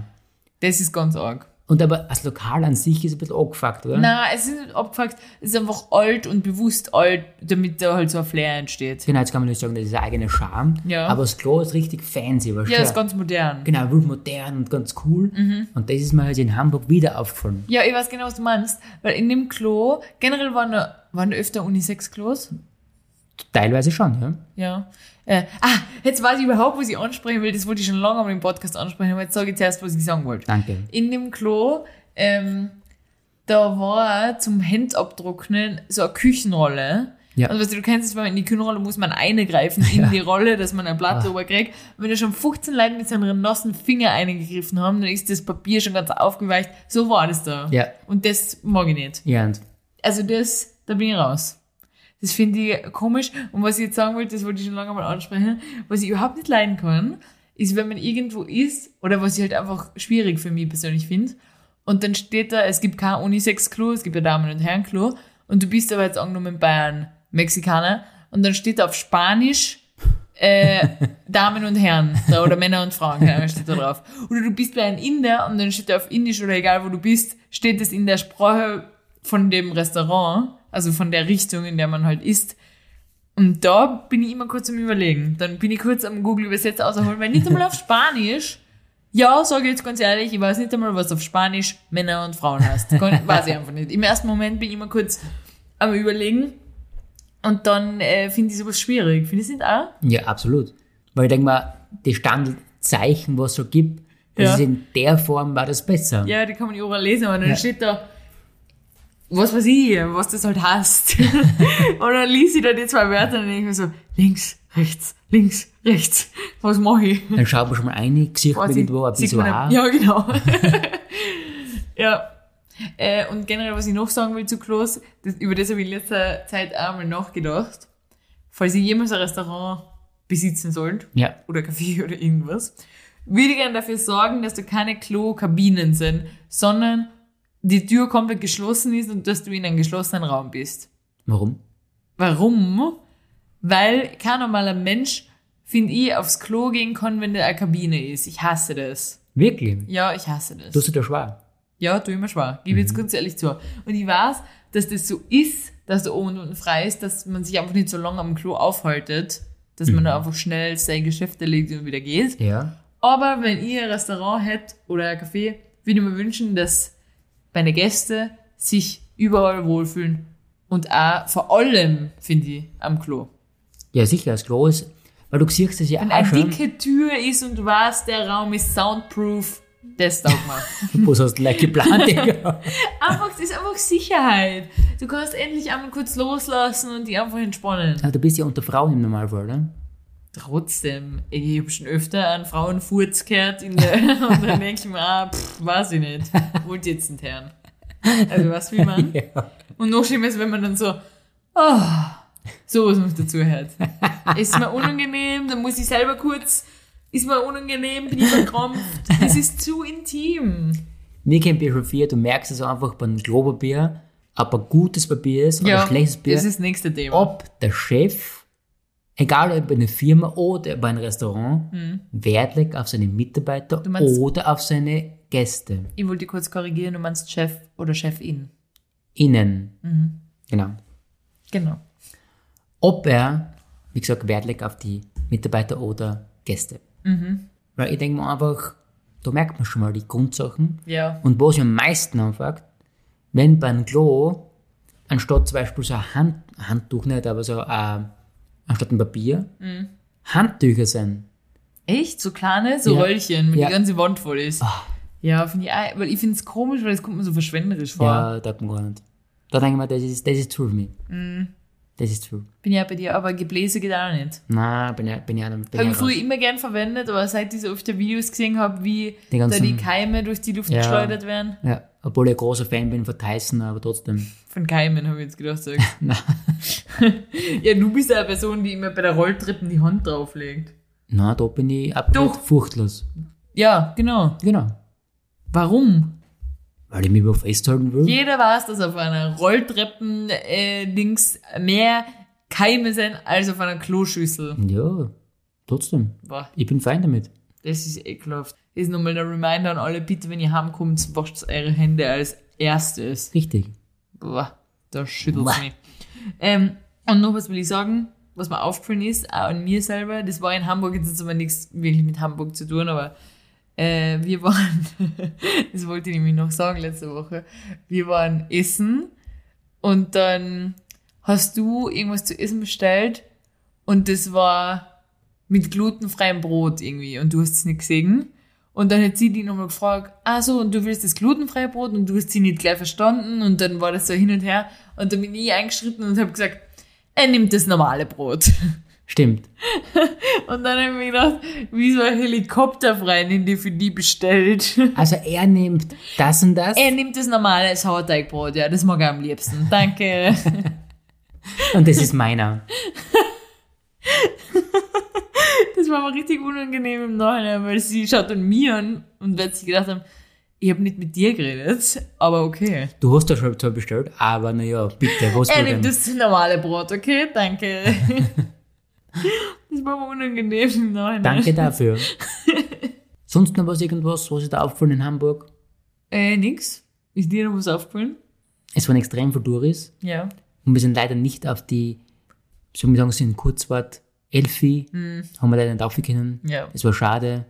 Das ist ganz arg.
Und aber das Lokal an sich ist ein bisschen angefuckt, oder?
Na, es ist nicht abgefuckt, es ist einfach alt und bewusst alt, damit da halt so ein Flair entsteht.
Genau, jetzt kann man nicht sagen, das ist ein eigener Charme.
Ja.
Aber das Klo ist richtig fancy, weißt
Ja,
du?
ist ganz Mhm. modern.
Genau, wild modern und ganz cool. Und das ist mir halt in Hamburg wieder aufgefallen.
Ja, ich weiß genau, was du meinst, weil in dem Klo, generell waren da, waren da öfter Unisex-Klos.
Teilweise schon, ja.
Ja. Äh, ah, jetzt weiß ich überhaupt, was ich ansprechen will. Das wollte ich schon lange am Podcast ansprechen, aber jetzt sage ich zuerst, was ich sagen wollte.
Danke.
In dem Klo, ähm, da war zum Händabtrocknen so eine Küchenrolle
Ja.
Also, weißt du, du kennst es, wenn man in die Kühnrolle muss man eingreifen in
Ja.
die Rolle, dass man ein Blatt
Ah.
drüber kriegt. Und wenn da schon 15 Leute mit seinen nassen Finger eingegriffen haben, dann ist das Papier schon ganz aufgeweicht. So war das da.
Ja,
Und das mag ich nicht.
ja, und
Also das, da bin ich raus. Das finde ich komisch. Und was ich jetzt sagen wollte, das wollte ich schon lange mal ansprechen, was ich überhaupt nicht leiden kann, ist, wenn man irgendwo ist, oder was ich halt einfach schwierig für mich persönlich finde, und dann steht da, es gibt kein Unisex-Klo, es gibt ja Damen- und Herren-Klo, und du bist aber jetzt angenommen Bayern, Mexikaner, und dann steht da auf Spanisch, äh, Damen und Herren da, oder Männer und Frauen, keine Ahnung, steht da drauf. Oder du bist bei einem Inder und dann steht da auf Indisch oder egal wo du bist, steht es in der Sprache von dem Restaurant, also von der Richtung, in der man halt isst. Und da bin ich immer kurz am Überlegen. Dann bin ich kurz am Google Übersetzer auserholen, weil nicht einmal auf Spanisch, ja, sage ich jetzt ganz ehrlich, ich weiß nicht einmal, was auf Spanisch Männer und Frauen heißt. Kann- Weiß ich einfach nicht. Im ersten Moment bin ich immer kurz am Überlegen und dann äh, finde ich sowas schwierig. Findest du nicht auch?
Ja, absolut. Weil ich denke mal, die Standardzeichen, was es so gibt, das
Ja.
ist in der Form war das besser.
Ja, die kann man überall lesen, aber dann
Ja.
steht da, was weiß ich, was das halt
[LAUGHS]
heißt. und dann liest ich da die zwei Wörter und dann denke ich mir so, links, rechts, links, rechts, was mache ich?
Dann schaut man schon mal rein, sieht man
Weiß ich,
irgendwo ein
sieht
bisschen
man
auch.
ein- Ja, genau.
[LAUGHS]
ja. Äh, und generell, was ich noch sagen will zu Klos, das, über das habe ich in letzter Zeit einmal nachgedacht. Falls ihr jemals ein Restaurant besitzen sollt,
Ja,
oder Kaffee [LAUGHS] oder irgendwas, würde ich gerne dafür sorgen, dass da keine Klo-Kabinen sind, sondern die Tür komplett geschlossen ist und dass du in einem geschlossenen Raum bist.
warum?
Warum? Weil kein normaler Mensch, finde ich, aufs Klo gehen kann, wenn da eine Kabine ist. Ich hasse das.
Wirklich?
Ja, ich hasse das.
Du hast ja schwer.
Ja, tu immer schwer. Gib jetzt ganz ehrlich zu. Und ich weiß, dass das so ist, dass da oben und unten frei ist, dass man sich einfach nicht so lange am Klo aufhaltet, dass man da einfach schnell sein Geschäft erledigt und wieder geht.
Ja.
Aber wenn ihr ein Restaurant hättet oder ein Café, würde ich mir wünschen, dass meine Gäste sich überall wohlfühlen und auch vor allem, finde ich, am Klo.
Ja, sicher, das Klo ist, weil du siehst es ja
Wenn
auch
eine
schon.
dicke Tür ist und du weißt, der Raum ist soundproof, das taugt man.
[LAUGHS] Was hast du gleich geplant? Digga?
[LAUGHS] einfach, das ist einfach Sicherheit. Du kannst endlich einmal kurz loslassen und die einfach entspannen.
Aber du bist ja unter Frauen im Normalfall, ne?
Trotzdem, ich habe schon öfter einen Frauenfurz gehört in der, [LAUGHS] und dann denke ich mir, ah, pff, weiß ich nicht, wollt ihr jetzt einen Herrn. Also was will
[LAUGHS]
man?
Ja.
Und noch schlimmer ist, wenn man dann so, oh, sowas noch dazu hört. Ist mir unangenehm, dann muss ich selber kurz, ist mir unangenehm, bin ich verkrampft. Das ist zu intim.
Mir kein Bier schon vier, du merkst es einfach beim Globerbier, ob ein gutes Papier ist oder ein schlechtes Bier.
das ist das nächste Thema.
ob der Chef, egal ob bei einer Firma oder bei einem Restaurant, Wert legt auf seine Mitarbeiter
meinst-
oder auf seine Gäste.
Ich wollte dich kurz korrigieren, du meinst Chef oder Chefin.
Innen. Genau.
Genau.
Ob er, wie gesagt, Wert legt auf die Mitarbeiter oder Gäste. Weil ich denke mir einfach, da merkt man schon mal die Grundsachen.
Ja.
Und was ich am meisten anfragt, wenn beim Klo anstatt zum Beispiel so ein Hand, Handtuch nicht, aber so ein, anstatt ein Papier, Handtücher sind.
Echt? So kleine? So
Ja.
Röllchen, mit
Ja. Ah.
die ganze Wand voll ist. Ja, finde ich auch, weil ich finde es komisch, weil es kommt mir so verschwenderisch vor.
Ja, da hat man gar nicht. Da denke ich mir, das ist, das ist true für mich.
Mhm.
Das ist true.
Bin ja bei dir, aber Gebläse geht auch nicht.
Nein, bin ja, bin ja, bin
Habe
ja
ich früher immer gern verwendet, aber seit ich so oft die Videos gesehen habe, wie
Die
da
ganzen-
die Keime durch die Luft
Ja.
geschleudert werden.
ja, obwohl ich ein großer Fan bin von Tyson, aber
[LAUGHS]
trotzdem.
Von Keimen habe ich jetzt gedacht. Sag. [LAUGHS] ja, du bist ja eine Person, die immer bei der Rolltreppen die Hand drauflegt.
Nein, da bin ich absolut
Doch.
furchtlos.
Ja, genau.
Genau.
Warum?
Weil ich mich über festhalten will.
Jeder weiß, dass auf einer Rolltreppen-Dings mehr Keime sind als auf einer Kloschüssel.
Ja, trotzdem.
Boah.
Ich bin fein damit.
Das ist ekelhaft. Das ist nochmal der Reminder an alle, bitte, wenn ihr heimkommt, wascht eure Hände als erstes.
Richtig.
Boah, da schüttelt
Boah.
mich. Ähm, und noch was will ich sagen, was mir aufgefallen ist, auch an mir selber, das war in Hamburg, jetzt hat es aber nichts wirklich mit Hamburg zu tun, aber äh, wir waren, [LAUGHS] das wollte ich nämlich noch sagen letzte Woche, wir waren essen und dann hast du irgendwas zu essen bestellt und das war mit glutenfreiem Brot irgendwie und du hast es nicht gesehen. Und dann hat sie die nochmal gefragt, ah so, und du willst das glutenfreie Brot und du hast sie nicht gleich verstanden und dann war das so hin und her und dann bin ich eingeschritten und habe gesagt, er nimmt das normale Brot. [LAUGHS]
Stimmt.
Und dann habe ich mir gedacht, wieso eine Helikopterfreundin, die für die bestellt. [LAUGHS]
Also er nimmt das und das
Er nimmt das normale Sauerteigbrot, ja, das mag er am liebsten. Danke. [LAUGHS]
und das ist meiner.
Das war mir richtig unangenehm im Nachhinein, weil sie schaut an mir an und wird sich gedacht haben, ich habe nicht mit dir geredet, aber okay.
Du hast das schon zwar bestellt, aber naja, bitte, was
Er
will
nimmt
denn?
das normale Brot, okay? Danke. [LAUGHS] Das war mir unangenehm im Nachhinein.
Danke
[LAUGHS]
dafür. Sonst noch was irgendwas, was ist da auffallen in Hamburg?
Äh, nix. Ist dir noch was aufgefallen?
Es waren extrem viele Touris
Ja.
und wir sind leider nicht auf die, so wir sagen es in Kurzwort, Elfi, haben wir leider nicht aufgehen können.
Ja.
Es war schade,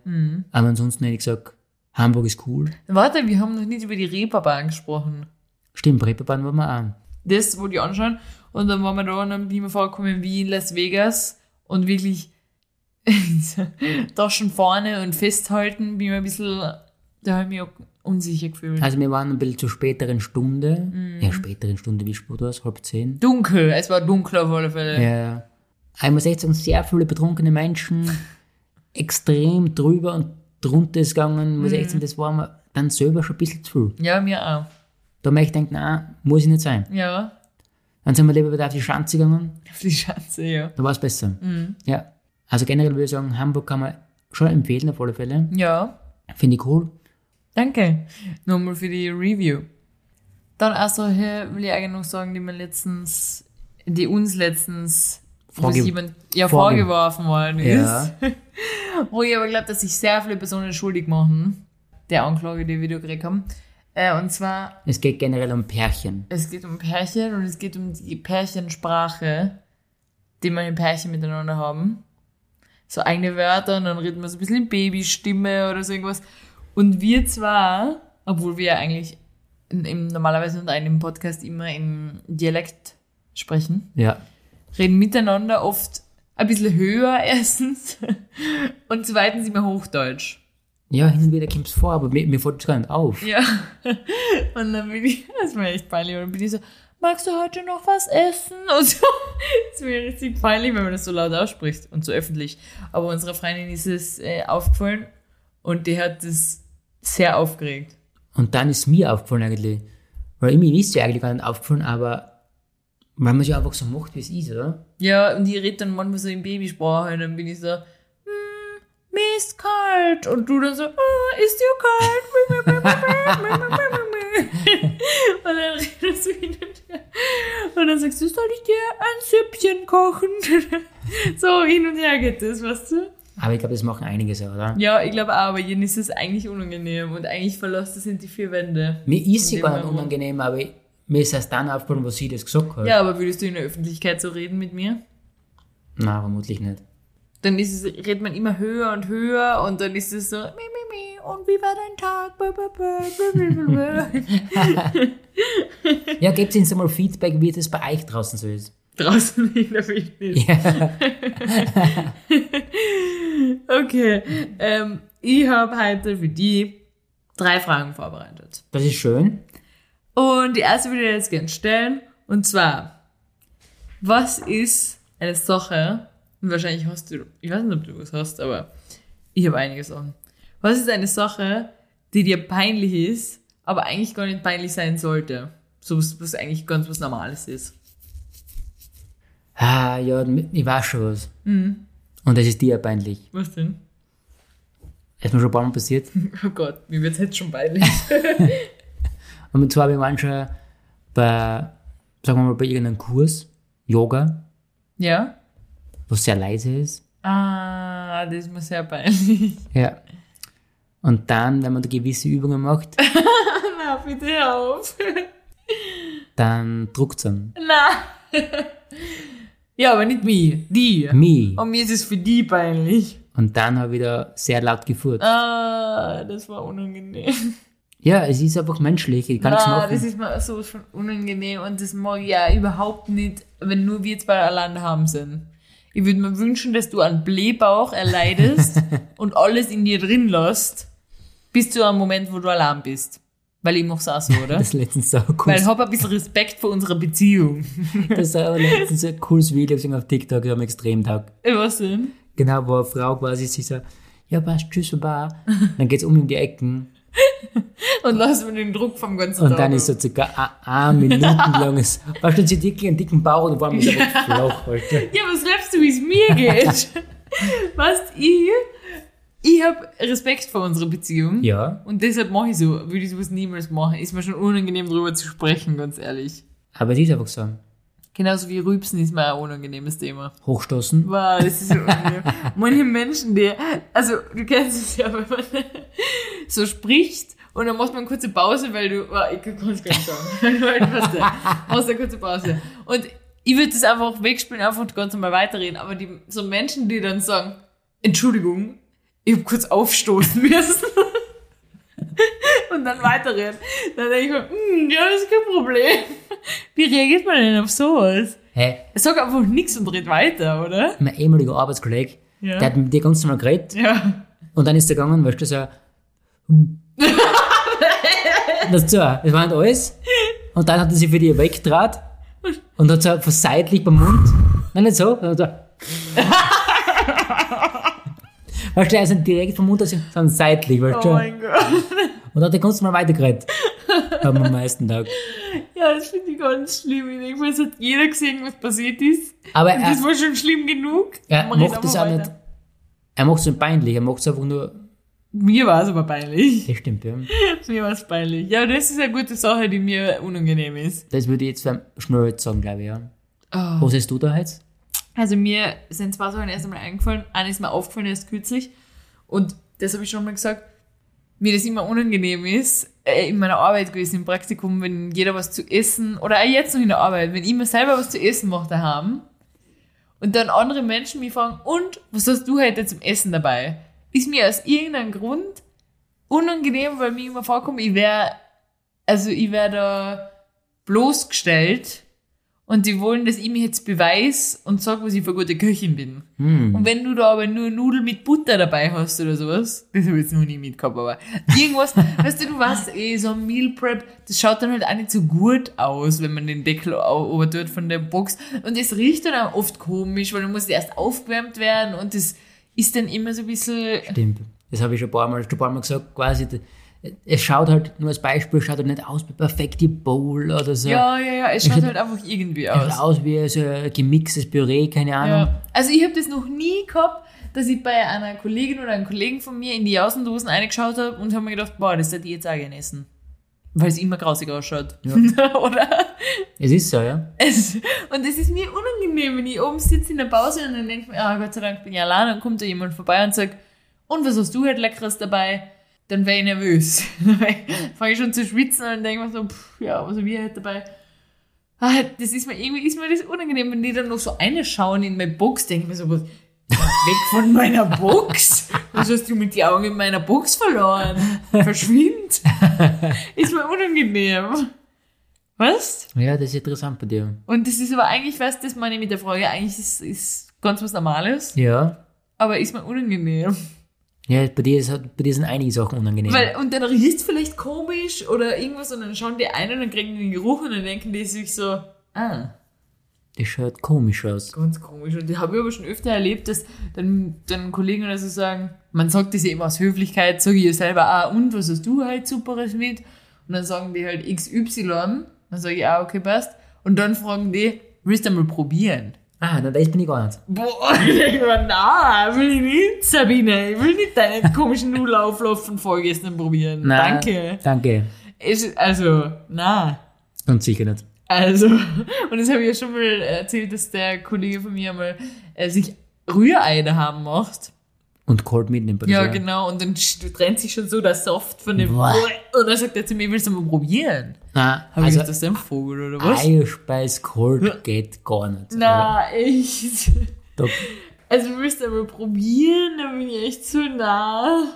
aber ansonsten hätte ich gesagt, Hamburg ist cool.
Hm. Warte, wir haben noch nicht über die Reeperbahn gesprochen.
Stimmt, Reeperbahn waren wir auch.
Das wollte ich anschauen. Und dann waren wir da und dann bin ich mir vorgekommen wie in Las Vegas und wirklich [LAUGHS] Taschen vorne und festhalten, bin ich mir ein bisschen, da habe ich mich auch unsicher gefühlt.
Also wir waren ein bisschen zur späteren Stunde. Ja, späteren Stunde, wie spät war es? Halb zehn?
Dunkel, es war dunkel auf alle Fälle.
Ja. Ich muss echt sagen, sehr viele betrunkene Menschen, extrem drüber und drunter ist gegangen. Ich muss echt sagen, das war mir dann selber schon ein bisschen zu viel.
Ja, mir auch.
Da habe ich gedacht, nein, muss ich nicht sein.
Ja,
Dann sind wir lieber wieder auf die Schanze gegangen,
auf die Schanze, ja.
da war es besser. Ja. Also generell würde ich sagen, Hamburg kann man schon empfehlen auf alle Fälle.
Ja,
Finde ich cool.
danke. Nochmal für die Review. Dann auch so, hier will ich eigentlich noch sagen, die mir letztens, die uns letztens
Vorge-
was jemand, ja,
vorge-
vorgeworfen worden ist. Wo ich aber glaube, dass sich sehr viele Personen schuldig machen, der Anklage, die wir da gekriegt haben. Äh, und zwar,
Es geht generell um Pärchen.
es geht um Pärchen und es geht um die Pärchensprache, die man in Pärchen miteinander haben. So eigene Wörter und dann reden wir so ein bisschen in Babystimme oder so irgendwas. Und wir zwar, obwohl wir ja eigentlich in, im, normalerweise unter einem Podcast immer im Dialekt sprechen,
Ja.
reden miteinander oft ein bisschen höher [LAUGHS] erstens und zweitens immer Hochdeutsch.
Ja, hin und wieder kommt es vor, aber mir, mir fällt es gar nicht auf.
Ja. [LAUGHS] Und dann bin ich, [LAUGHS] das war mir echt peinlich. Und dann bin ich so, magst du heute noch was essen? [LAUGHS] Und so, das ist mir richtig peinlich, wenn man das so laut ausspricht und so öffentlich. Aber unserer Freundin ist es äh, aufgefallen und die hat es sehr aufgeregt.
Und dann ist mir aufgefallen eigentlich, weil mir ist ja eigentlich gar nicht aufgefallen, aber weil man es ja einfach so macht, wie es ist, oder?
Ja, und die redet dann manchmal so in Babysprache und dann bin ich so, hm, mir ist kalt. Und du dann so, ah, ist dir kalt? [LAUGHS] und dann redest du hin und her. Und dann sagst du, soll ich dir ein Süppchen kochen? [LAUGHS] so hin und her geht das, weißt du?
Aber ich glaube, das machen einige so, oder?
Ja, ich glaube auch, aber jedem ist es eigentlich unangenehm und eigentlich verlässt es sind die vier Wände.
Mir ist sie
In dem
gar nicht
Moment.
unangenehm, aber ich- mir ist erst dann aufgefallen, was sie das gesagt hat.
Ja, aber würdest du in der Öffentlichkeit so reden mit mir?
Nein, vermutlich nicht.
dann ist es, redet man immer höher und höher und dann ist es so, mi, mi, mi, und wie war dein Tag? Bö, bö, bö, bö, bö, bö, bö.
Ja, gebt uns einmal Feedback, wie das bei euch draußen so ist.
Draußen in der Wildnis.
Ja.
[LAUGHS] Okay, ähm, ich habe heute für die drei Fragen vorbereitet.
Das ist schön.
Und die erste würde ich jetzt gerne stellen. Und zwar, was ist eine Sache, und wahrscheinlich hast du, ich weiß nicht, ob du was hast, aber ich habe einige Sachen. Was ist eine Sache, die dir peinlich ist, aber eigentlich gar nicht peinlich sein sollte? So was, was eigentlich ganz was Normales ist.
Ah, ja, ich weiß schon was. Und das ist dir peinlich.
Was denn? [LAUGHS]
Das ist mir schon ein paar Mal passiert.
Oh Gott, mir wird's jetzt schon peinlich.
Und zwar wir waren schon bei, sagen wir mal, bei irgendeinem Kurs, Yoga,
ja?
was sehr leise ist.
Ah, das ist mir sehr peinlich. [LAUGHS]
Ja. Und dann, wenn man da gewisse Übungen macht,
Na, bitte auf. [LAUGHS]
dann druckt es an.
Na. [LAUGHS] ja, aber nicht mich, die.
Mich.
Und Oh, mir ist es für die peinlich.
Und dann habe ich da sehr laut gefurzt.
Ah, das war unangenehm.
Ja, es ist einfach menschlich, ich kann nichts
ah, das
machen.
ist mir so schon unangenehm und das mag ich ja überhaupt nicht, wenn nur wir zwei allein haben sind. Ich würde mir wünschen, dass du einen
[LAUGHS]
Blähbauch erleidest und alles in dir drin lässt, bis zu einem Moment, wo du allein bist. Weil ich mach's auch so, oder?
Das letztens so cool.
[LAUGHS] Weil ich hab ein bisschen Respekt vor unserer Beziehung.
Das ist aber letztens ein cooles Video gesehen auf TikTok, ich habe extrem taugt.
Was denn?
Genau, wo eine Frau quasi sich so, ja, passt, tschüss, baba. Dann geht's um in die Ecken.
Und lass mir den Druck vom ganzen
Und
Tag.
dann ist so circa a- a Minuten langes, weißt du, sie dicken, einen dicken Bauch und vor allem ist einfach flach, Alter.
Ja, was glaubst du, wie es mir geht? was ich. Ich habe Respekt vor unserer Beziehung.
Ja,
Und deshalb mache ich so. Würde ich sowas niemals machen. Ist mir schon unangenehm, drüber zu sprechen, ganz ehrlich.
aber es ist einfach so.
Genauso wie Rübsen ist mir ein unangenehmes Thema.
Hochstoßen.
Wow, das ist so unangenehm. Manche Menschen, die, also du kennst es ja, wenn man so spricht und dann macht man eine kurze Pause, weil du, wow, ich kann es gar nicht sagen, [LAUGHS] Weil du halt was da- machst eine kurze Pause. Und ich würde das einfach wegspielen, einfach ganz normal weiterreden, aber die, so Menschen, die dann sagen, Entschuldigung, ich habe kurz aufstoßen müssen. [LAUGHS] Und dann weiterreden. Dann denke ich mir, "Hm, ja, das ist kein Problem. Wie reagiert man denn auf sowas?
Hey,
Sag einfach nichts und red weiter, oder?
mein ehemaliger Arbeitskollege,
Ja.
der hat mit dir ganz normal geredet
Ja.
Und dann ist er gegangen, weißt du,
[LAUGHS]
so. das, so, das war nicht alles. Und dann hat er sich für die weggedraht und hat so verseitlich beim Mund. Nein, nicht so. sondern
[LAUGHS]
so. weißt du, er ist nicht direkt vom Mund, aus, sondern seitlich, weißt
Oh
du.
mein Gott.
und dann hat er ganz normal weitergeredet. Am meisten Tag.
Ja, das finde ich ganz schlimm. Ich denke, es hat jeder gesehen, was passiert ist.
Aber
Und
er,
das war schon schlimm genug.
er
Man redet
macht das auch
einfach
nicht.
weiter.
Er macht es nicht peinlich, er macht es einfach nur.
Mir war es aber peinlich.
Das stimmt, ja.
Mir war es peinlich. Ja, das ist eine gute Sache, die mir unangenehm ist.
Das würde ich jetzt beim Schnurrt sagen, glaube ich, ja. Was hast du da jetzt?
Also mir sind zwei Sachen erst einmal eingefallen. Eine ist mir aufgefallen erst kürzlich. Und das habe ich schon mal gesagt. Mir das immer unangenehm ist, äh, in meiner Arbeit gewesen, im Praktikum, wenn jeder was zu essen, oder auch jetzt noch in der Arbeit, wenn ich mir selber was zu essen mache haben und dann andere Menschen mich fragen, und was hast du heute zum Essen dabei? Ist mir aus irgendeinem Grund unangenehm, weil mir immer vorkommt, ich wäre, also ich wäre da bloßgestellt und die wollen, dass ich mich jetzt beweis und sag, was ich für eine gute Köchin bin.
Hm.
Und wenn du da aber nur Nudeln mit Butter dabei hast oder sowas, das habe ich jetzt noch nie mitgehabt, aber irgendwas, weißt du, du weißt eh, so ein Meal Prep, das schaut dann halt auch nicht so gut aus, wenn man den Deckel au- oben tut von der Box. Und es riecht dann auch oft komisch, weil du musst erst aufgewärmt werden und das ist dann immer so ein bisschen,
Stimmt. Das habe ich schon ein paar Mal, schon ein paar Mal gesagt, quasi. d- Es schaut halt, nur als Beispiel, schaut halt nicht aus wie perfekte Bowl oder so.
ja, ja, ja, es schaut halt einfach irgendwie
Es
aus.
schaut aus wie so ein gemixtes Püree, keine Ahnung.
Ja. Also ich habe das noch nie gehabt, dass ich bei einer Kollegin oder einem Kollegen von mir in die Jausendosen reingeschaut habe und habe mir gedacht, boah, das hätte ich jetzt auch gerne essen. Weil es immer grausig ausschaut. [LAUGHS] oder?
Es ist so, ja.
Es, und es ist mir unangenehm, wenn ich oben sitze in der Pause und dann denke ich mir, ah Gott sei Dank bin ich allein, dann kommt da jemand vorbei und sagt, und was hast du heute Leckeres dabei? Dann wäre ich nervös. [LAUGHS] Dann fange ich schon zu schwitzen und denke mir so, pff, ja, was habe ich heute dabei? Ah, das ist mir irgendwie ist mir das unangenehm, wenn die dann noch so eine schauen in meine Box, denke ich mir so, was, weg von meiner Box? Was hast du mit die Augen in meiner Box verloren? Verschwind! Ist mir unangenehm. Was?
Ja, das ist interessant bei dir.
Und das ist aber eigentlich, weißt du, das meine ich mit der Frage, eigentlich ist, ist ganz was Normales,
Ja.
aber ist mir unangenehm.
Ja, bei dir, ist, halt- bei dir sind einige Sachen unangenehm.
Weil, und dann riecht vielleicht komisch oder irgendwas und dann schauen die ein und dann kriegen die den Geruch und dann denken die sich so, ah,
das schaut komisch aus.
ganz komisch. Und das habe ich aber schon öfter erlebt, dass dann, dann Kollegen oder so sagen, man sagt das ja immer aus Höflichkeit, sage ich ja selber, ah, und was hast du halt Superes mit? Und dann sagen die halt XY, dann sage ich, ah, okay, passt. Und dann fragen die, willst du mal probieren?
Ah, na, das bin ich gar nicht.
Boah, [LAUGHS] ich war, na, will ich nicht, Sabine. Ich will nicht deinen komischen Nudelauflauf von vorgestern probieren.
Nein.
Danke.
Danke.
Es, also, na.
Ganz sicher nicht.
Also, [LAUGHS] und das habe ich ja schon mal erzählt, dass der Kollege von mir mal äh, sich Rührei daheim macht.
Und Cold mitnehmen bei dir.
Ja, genau. Und dann sch- trennt sich schon so der Soft von dem.
Boah.
Und dann sagt er zu mir, willst du mal probieren?
Na,
Habe
also,
also, ich das denn Vogel oder was?
Eierspeis Cold geht gar nicht.
Na, echt. [LAUGHS]
Da,
Also wir müssen aber probieren, da bin ich echt zu nah.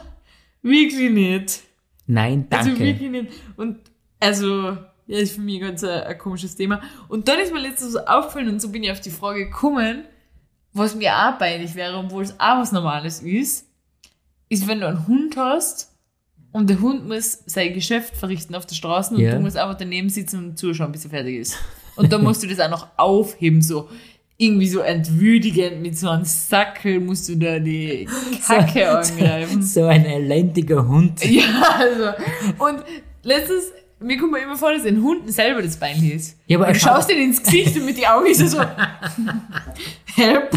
Wirklich nicht.
nein, danke.
Also wirklich nicht. Und also, ja, ist für mich ganz ein, ein komisches Thema. Und dann ist mir letztens so aufgefallen und so bin ich auf die Frage gekommen, was mir auch peinlich wäre, obwohl es auch was Normales ist, ist, wenn du einen Hund hast Und der Hund muss sein Geschäft verrichten auf der Straße und
Ja.
du musst einfach daneben sitzen und zuschauen, bis er fertig ist. Und dann musst du das auch noch aufheben, so irgendwie so entwürdigend mit so einem Sackel musst du da
[LAUGHS]
die Kacke angreifen.
So ein elendiger Hund.
Ja, also. Und letztens, mir kommt mir immer vor, dass den Hunden selber das Bein hieß.
Ja, aber
und du
er schaut-
schaust denen ins Gesicht und mit den Augen ist
[LAUGHS]
er so, help.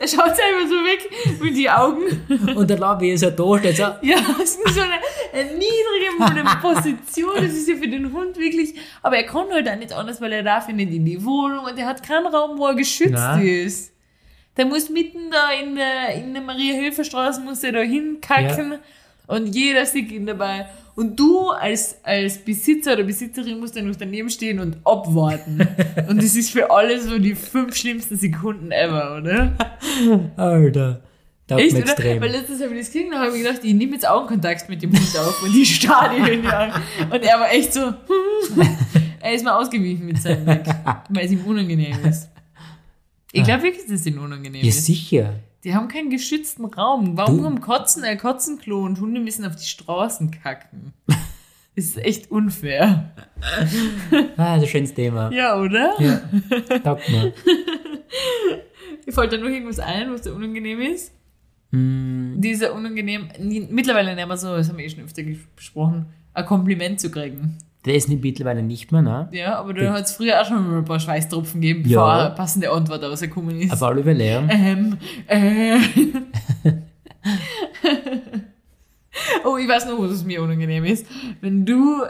Er schaut selber so weg mit den Augen.
Und der Labi ist ja da, steht so,
[LAUGHS] Ja, es ist so eine, eine niedrige eine Position. Das ist ja für den Hund wirklich. Aber er kann halt auch nicht anders, weil er darf ja nicht in die Wohnung und er hat keinen Raum, wo er geschützt
Nein.
ist. Der muss mitten da in der, in der Maria-Hilfer-Straße muss er da hinkacken und jeder sieht ihn dabei. Und du als, als Besitzer oder Besitzerin musst dann noch daneben stehen und abwarten. und das ist für alle so die fünf schlimmsten Sekunden ever, oder?
Alter, da
Echt,
mir
oder?
extrem.
Weil letztens habe ich das gesehen und habe mir gedacht, ich nehme jetzt Augenkontakt mit dem Hund auf
[LAUGHS]
und die starrt ihn irgendwie an. Und er war echt so, [LAUGHS] er ist mal ausgewichen mit seinem Blick, weil es ihm unangenehm ist. Ich glaube wirklich, dass es ihnen unangenehm
Ja,
ist.
sicher.
Die haben keinen geschützten Raum. Warum
Du-
haben Kotzen ein Kotzenklo und Hunde müssen auf die Straßen
[LAUGHS]
kacken? Das ist echt unfair.
Ah, das ist ein schönes Thema.
Ja, oder?
Ja. Taugt mir.
Ich wollte da nur irgendwas ein, was da unangenehm ist.
Hm,
Dieser unangenehm, nie- mittlerweile nehmen wir so, das haben wir eh schon öfter ges- besprochen, ein Kompliment zu kriegen.
Der ist nicht mittlerweile nicht mehr, ne?
Ja, aber
Ja.
da hat es früher auch schon mal ein paar Schweißtropfen gegeben, bevor
Ja.
eine passende Antwort rausgekommen ist.
Aber alle überlegen.
Ähm, äh. [LAUGHS] oh, ich weiß noch, wo es mir unangenehm ist. Wenn du, [LAUGHS]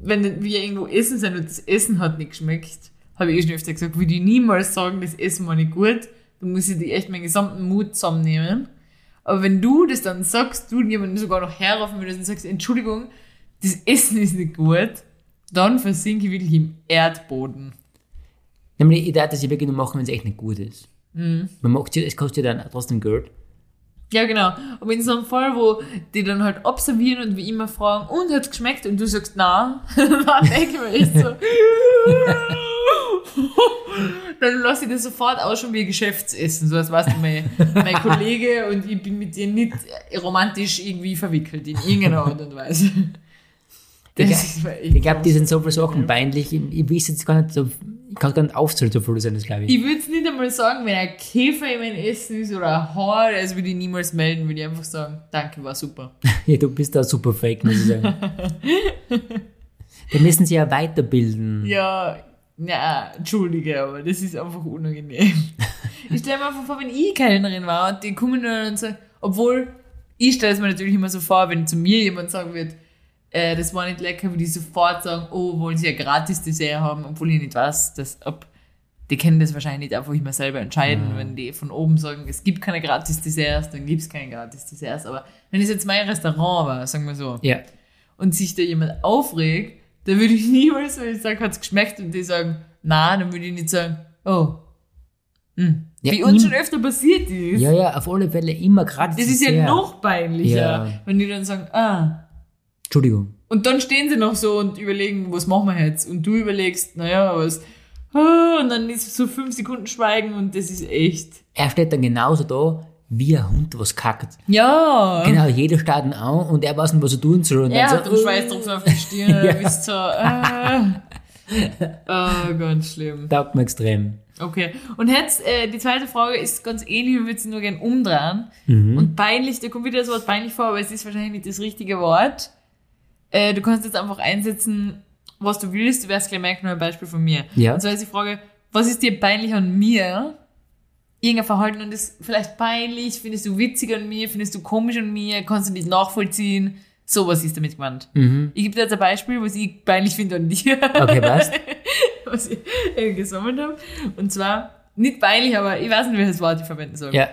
wenn wir irgendwo essen sind und das Essen hat nicht geschmeckt, habe ich eh schon öfter gesagt, würde ich niemals sagen, das Essen war nicht gut. Da muss ich dir echt meinen gesamten Mut zusammennehmen. Aber wenn du das dann sagst, du jemandem sogar noch herrufen würdest und sagst, Entschuldigung, das Essen ist nicht gut, dann versinke ich wirklich im Erdboden.
Nämlich, ich darf das ja wirklich nur machen, wenn es echt nicht gut ist.
Mhm.
Man macht ja, es kostet ja dann trotzdem Geld.
Ja, genau. Aber in so einem Fall, wo die dann halt observieren und wie immer fragen, und hat's geschmeckt? Und du sagst, na, [LAUGHS] dann denke ich mir echt so. [LAUGHS] dann lass ich das sofort aus schon wie ein Geschäftsessen. So als weißt du, mein, mein Kollege und ich bin mit dir nicht romantisch irgendwie verwickelt, in irgendeiner Art und Weise. Das
Ich-
ist mir echt
Ich glaube, die
groß.
sind so viele Sachen peinlich. Ich, ich weiß jetzt gar nicht, so, ich kann gar nicht aufzählen, so viele sind das, glaube ich.
Ich würde es nicht einmal sagen, wenn ein Käfer in mein Essen ist oder ein Haar, das würde ich niemals melden, würde ich einfach sagen, danke, war super.
Ja, du bist da super fake, muss ich
[LAUGHS]
sagen. da müssen sie ja weiterbilden.
Ja, na, entschuldige, aber das ist einfach unangenehm. Ich stelle mir einfach vor, wenn ich Kellnerin war und die kommen nur und sagen, obwohl, ich stelle es mir natürlich immer so vor, wenn zu mir jemand sagen wird, äh, das war nicht lecker, würde ich sofort sagen, oh, wollen sie ja gratis Dessert haben, obwohl ich nicht weiß, dass, ob, die können das wahrscheinlich nicht einfach immer selber entscheiden, wenn die von oben sagen, es gibt keine gratis Desserts, dann gibt es keine gratis Desserts, aber wenn es jetzt mein Restaurant war, sagen wir so,
Ja.
und sich da jemand aufregt, dann würde ich niemals, wenn ich sage, hat's geschmeckt und die sagen, na, dann würde ich nicht sagen, oh. Hm.
Ja,
Wie uns
ihm-
schon öfter passiert ist.
ja, ja, auf alle Fälle immer gratis.
das ist ja
Dessert.
noch peinlicher,
Ja.
wenn die dann sagen, ah.
Entschuldigung.
Und dann stehen sie noch so und überlegen, was machen wir jetzt? Und du überlegst, naja, was. ah, Und dann ist so fünf Sekunden Schweigen und das ist echt.
Er steht dann genauso da, wie ein Hund, was kackt.
Ja.
Genau, jeder starrt ihn an und er weiß nicht, was er tun soll. Und
Er
dann
hat
so,
den Schweißtropfen auf die
[LAUGHS]
Stirn,
Ja.
ja. bist so, ah. Oh, ganz schlimm.
äh, Taugt mir extrem.
Okay. Und jetzt, äh, die zweite Frage ist ganz ähnlich, wir würden sie nur gern umdrehen.
Mhm. Hm?
Und peinlich, da kommt wieder das Wort peinlich vor, aber es ist wahrscheinlich nicht das richtige Wort. Äh, du kannst jetzt einfach einsetzen, was du willst, du wirst gleich merken, nur ein Beispiel von mir.
Ja.
Und zwar ist die Frage, was ist dir peinlich an mir? Irgendein Verhalten und das vielleicht peinlich, findest du witzig an mir, findest du komisch an mir, kannst du nicht nachvollziehen? Sowas ist damit gemeint.
mhm.
Ich gebe dir jetzt ein Beispiel, was ich peinlich finde an dir
Okay, passt.
[LAUGHS] was ich äh, gesammelt habe. Und zwar, nicht peinlich, aber ich weiß nicht, welches Wort ich verwenden soll.
Ja.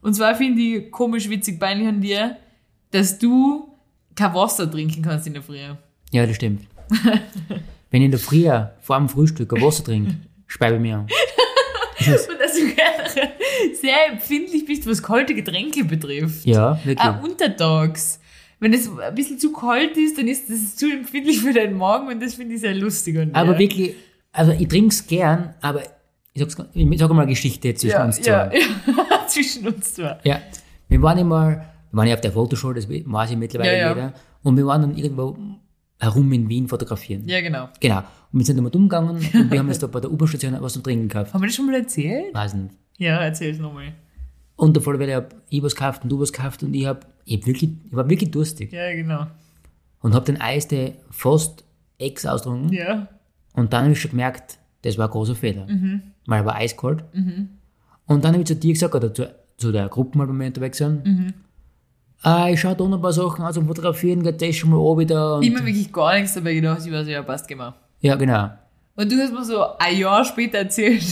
Und zwar finde ich komisch, witzig, peinlich an dir, dass du kein Wasser trinken kannst in der Früh.
ja, das
[LAUGHS]
stimmt. Wenn ich in der Früh vor dem Frühstück ein Wasser trinke, speibe ich mir an.
[LAUGHS] Und dass du generell sehr empfindlich bist, was kalte Getränke betrifft.
Ja, wirklich.
Auch untertags. Wenn es ein bisschen zu kalt ist, dann ist das zu empfindlich für deinen Magen und das finde ich sehr lustig an dir.
Aber wirklich, also ich trinke es gern, aber ich sag's, ich sag mal eine Geschichte zwischen
ja, [LAUGHS]
uns zwei.
ja, ja. zwischen uns zwei.
Ja, wir waren einmal wir waren ja auf der Fotoshow, das weiß ja mittlerweile
Ja, ja.
jeder. Und wir waren dann irgendwo herum in Wien fotografieren.
Ja, genau.
Genau. Und wir sind damit umgegangen und wir haben uns da bei der U-Bahn-Station was zum Trinken gekauft.
Haben wir das schon mal erzählt?
Weiß nicht.
Ja, erzähl's nochmal.
Und der Vollwelle hab ich was gekauft und du was gekauft und ich hab, ich hab wirklich, ich war wirklich durstig.
Ja, genau.
Und hab den Eis, der fast Ex ausgetrunken.
Ja.
Und dann habe ich schon gemerkt, das war ein großer Fehler. Weil er war eiskalt. Und dann habe ich zu dir gesagt, oder zu, zu der Gruppe, mal, wenn wir unterwegs sind, ah, ich schaue da noch ein paar Sachen aus und fotografieren, geht das schon mal an wieder. Und,
Ich hab mir wirklich gar nichts dabei gedacht. Ich war so, ja, passt, genau.
ja, genau.
Und du hast mir so ein Jahr später erzählt,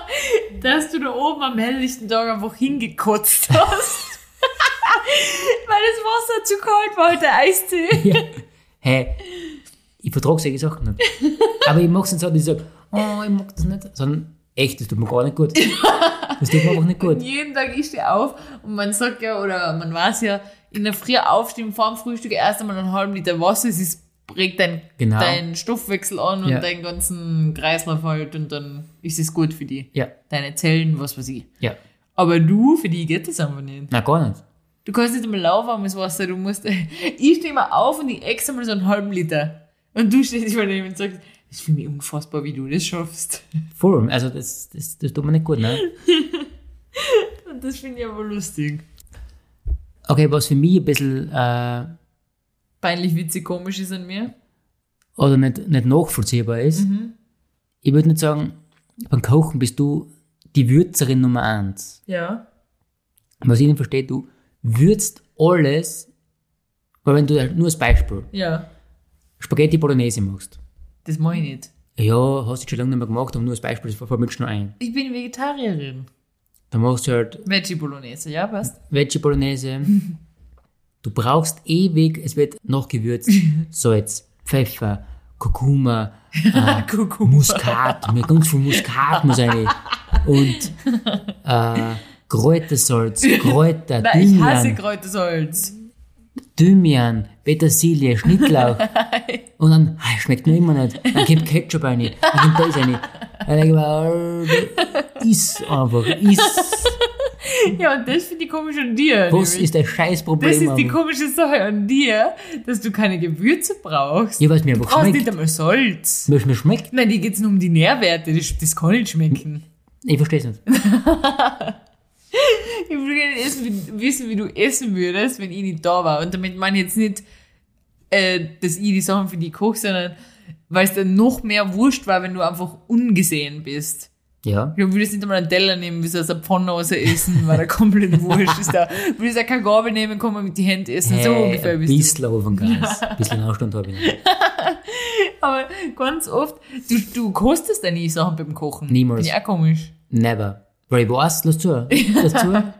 [LAUGHS] dass du da oben am helllichten Tag einfach hingekotzt hast. [LAUGHS] Weil das Wasser zu kalt war, halt der Eistee.
Ja. Hey, ich vertrage solche Sachen nicht. Aber ich mag es nicht so, dass ich sage, oh, ich mag das nicht. Sondern echt, das tut mir gar nicht gut. Das tut mir einfach nicht
Und
gut.
jeden Tag ich stehe auf und man sagt ja, oder man weiß ja, in der Früh aufstehen, vor dem Frühstück erst einmal einen halben Liter Wasser, es ist, regt deinen
Genau.
deinen Stoffwechsel an und
Ja.
deinen ganzen Kreislauf halt und dann ist es gut für die.
Ja,
Deine Zellen, was weiß ich.
ja.
Aber du, für die geht das einfach nicht.
Nein, gar nicht.
Du kannst nicht einmal lauwarmes Wasser, du musst. [LAUGHS] Ich stehe mal auf und ich extra mal so einen halben Liter. Und du stehst dich mal daneben und sagst, ich fühle mich unfassbar, wie du das schaffst. [LAUGHS]
Voll. Also das, das, das tut mir nicht gut. Ne?
Und das finde ich aber lustig.
Okay, was für mich ein bisschen äh,
Peinlich witzig komisch ist an mir.
oder nicht, nicht nachvollziehbar ist, ich würde nicht sagen, beim Kochen bist du die Würzerin Nummer eins.
Ja.
Was ich nicht verstehe, du würzt alles, weil wenn du halt nur als Beispiel
Ja.
Spaghetti Bolognese machst,
Das mache ich nicht.
Ja, hast du schon lange nicht mehr gemacht, aber nur als Beispiel, das fällt mir jetzt noch ein.
Ich bin Vegetarierin.
Dann machst du halt
Veggie Bolognese, ja, passt.
Veggie Bolognese. du brauchst ewig, es wird noch gewürzt. Salz, Pfeffer, Kurkuma, äh,
Kuckuck.
Muskat, mir ganz viel Muskat muss rein. Und äh, Kräutersalz, Kräuter,
[LAUGHS] Nein, ich hasse
Thymian,
Kräutersalz. [LAUGHS]
Thymian, Petersilie,
[LAUGHS]
Schnittlauch. Und dann, ah, schmeckt mir immer nicht. Dann kommt Ketchup rein, dann kommt das rein. Dann denke ich mir, äh, iss einfach,
[LAUGHS]
iss.
Ja, und das finde ich komisch an dir.
Was
nämlich.
ist das Scheißproblem?
das ist die
am-
komische Sache an dir, dass du keine Gewürze brauchst.
ja, was mir
Du brauchst
einfach
nicht
schmeckt.
einmal Salz.
Was mir schmeckt?
Nein, dir geht's nur um die Nährwerte. Das, das kann nicht
Hm.
schmecken.
Ich verstehe
[LAUGHS]
es nicht.
Ich will gerne essen, wie, wissen, wie du essen würdest, wenn ich nicht da war. Und damit meine ich jetzt nicht, äh, dass ich die Sachen für dich koche, sondern weil es dann noch mehr wurscht war, wenn du einfach ungesehen bist.
Ja,
Du würdest nicht einmal einen Teller nehmen, wie so aus der Pfannhose essen, weil er komplett wurscht ist. Da würdest auch keine Gabel nehmen, kann man mit den Händen essen. so
Hey,
ungefähr
Äh, ein
bist du.
bisschen auf den Gas. Ein bisschen Anstand habe ich nicht.
Aber ganz oft, du, du kostest ja nie Sachen beim Kochen.
Niemals.
Ja, komisch.
Never. Weil ich weiß, lass
[LAUGHS]
zu, lass zu.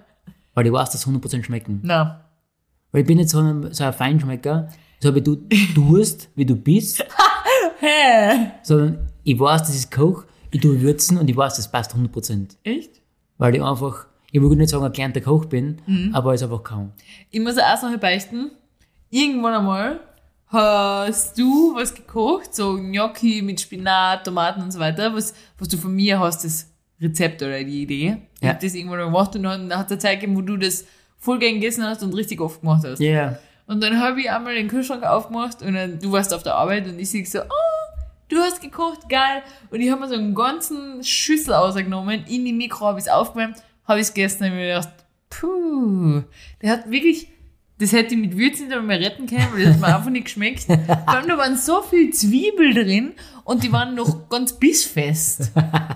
Weil ich weiß, dass 100% schmecken.
Na,
Weil ich bin nicht so ein, so ein Feinschmecker, so wie du tust, wie du bist,
[LAUGHS] Hä?
sondern ich weiß, das ist Koch, ich tue Würzen und ich weiß, das passt 100%.
Echt?
Weil ich einfach, ich will nicht sagen, ein gelernter Koch bin,
Mhm.
aber es einfach kaum.
Ich muss eine Sache beichten. Irgendwann einmal hast du was gekocht, so Gnocchi mit Spinat, Tomaten und so weiter, was, was du von mir hast, das Rezept oder die Idee. Ich
Ja.
hab das irgendwann mal gemacht und dann hat es Zeit gegeben, wo du das voll gern gegessen hast und richtig oft gemacht hast.
Ja, yeah.
Und dann habe ich einmal den Kühlschrank aufgemacht und dann, du warst auf der Arbeit und ich sehe so, oh, du hast gekocht, geil. Und ich habe mir so einen ganzen Schüssel ausgenommen, in die Mikro habe ich es aufgewärmt, habe ich es gegessen und hab mir gedacht, puh, der hat wirklich, das hätte ich mit Würzen nicht mehr retten können, weil das hat mir einfach nicht geschmeckt. Vor allem, da waren so viel Zwiebel drin und die waren noch ganz bissfest.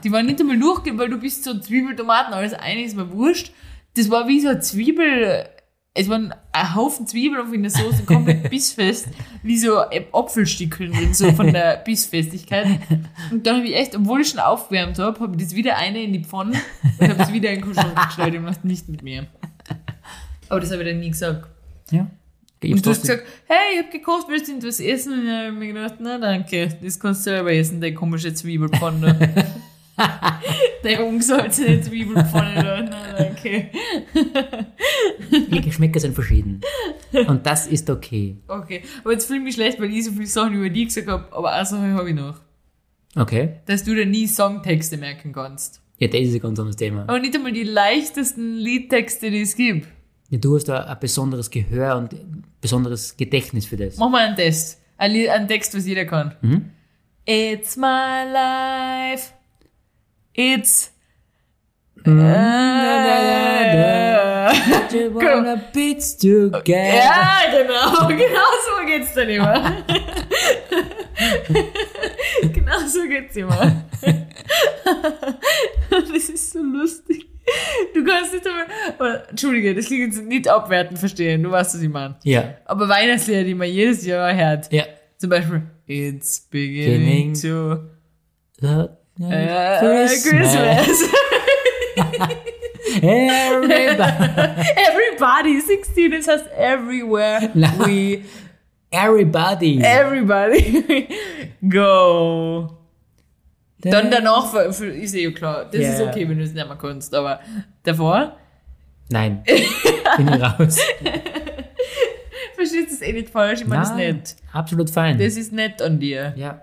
Die waren nicht einmal durchgehend, weil du bist so Zwiebel, Tomaten, alles eine ist mir wurscht. Das war wie so eine Zwiebel, es waren ein Haufen Zwiebeln auf in der Soße,
[LAUGHS]
komplett bissfest, wie so äh, Apfelstückeln drin, so von
[LAUGHS]
der Bissfestigkeit. Und dann habe ich echt, obwohl ich schon aufgewärmt habe, habe ich das wieder eine in die Pfanne und habe es wieder in den Kühlschrank gestellt und macht nicht mit mir. Aber das habe ich dann nie gesagt.
Ja. Ich
Und du hast
trotzdem-
gesagt, hey, ich habe gekocht, willst du etwas essen? Und dann habe ich mir gedacht, na danke, das kannst du selber essen, der komische Zwiebelpfanne.
[LAUGHS]
[LAUGHS] der ungesalzene Zwiebelpfanne da, na danke.
Die Geschmäcker sind
[LAUGHS]
verschieden. Und das ist okay.
Okay, aber jetzt fühle ich mich schlecht, weil ich so viele Sachen über dich gesagt habe, aber eine Sache habe ich noch.
Okay?
Dass du dir nie Songtexte merken kannst.
Ja, das ist ein ganz anderes Thema.
Aber nicht einmal die leichtesten Liedtexte, die es gibt.
ja, du hast da ein besonderes Gehör und ein besonderes Gedächtnis für das.
Mach mal einen Test. Ein, Lied, einen Text, was jeder kann.
Mhm.
It's my life. It's. [LAUGHS]
You wanna beats together.
Ja, genau. [LAUGHS] Genau so geht's dann [LAUGHS] immer. genau so geht's immer. [LAUGHS] das ist so lustig. Du kannst nicht einmal. aber- Entschuldige, das liegt jetzt nicht abwerten verstehen. Du weißt, was ich meine.
Ja,
Aber Weihnachtslieder, die man jedes Jahr hört.
ja.
Zum Beispiel It's beginning
Beginning
to äh,
Christmas.
Christmas.
Everybody,
[LAUGHS] Everybody 16, das heißt everywhere
Na.
we [LAUGHS]
everybody.
everybody [LAUGHS] go. Dann
dann.
danach für, für, ist eh klar. Das
Ja.
ist okay, wenn du es nicht mehr kannst, aber davor [LAUGHS]
Nein, bin ich raus.
verstehst du es eh nicht falsch. Ich meine, das ist
Nein,
nett.
Absolut fein.
Das ist nett an dir.
ja,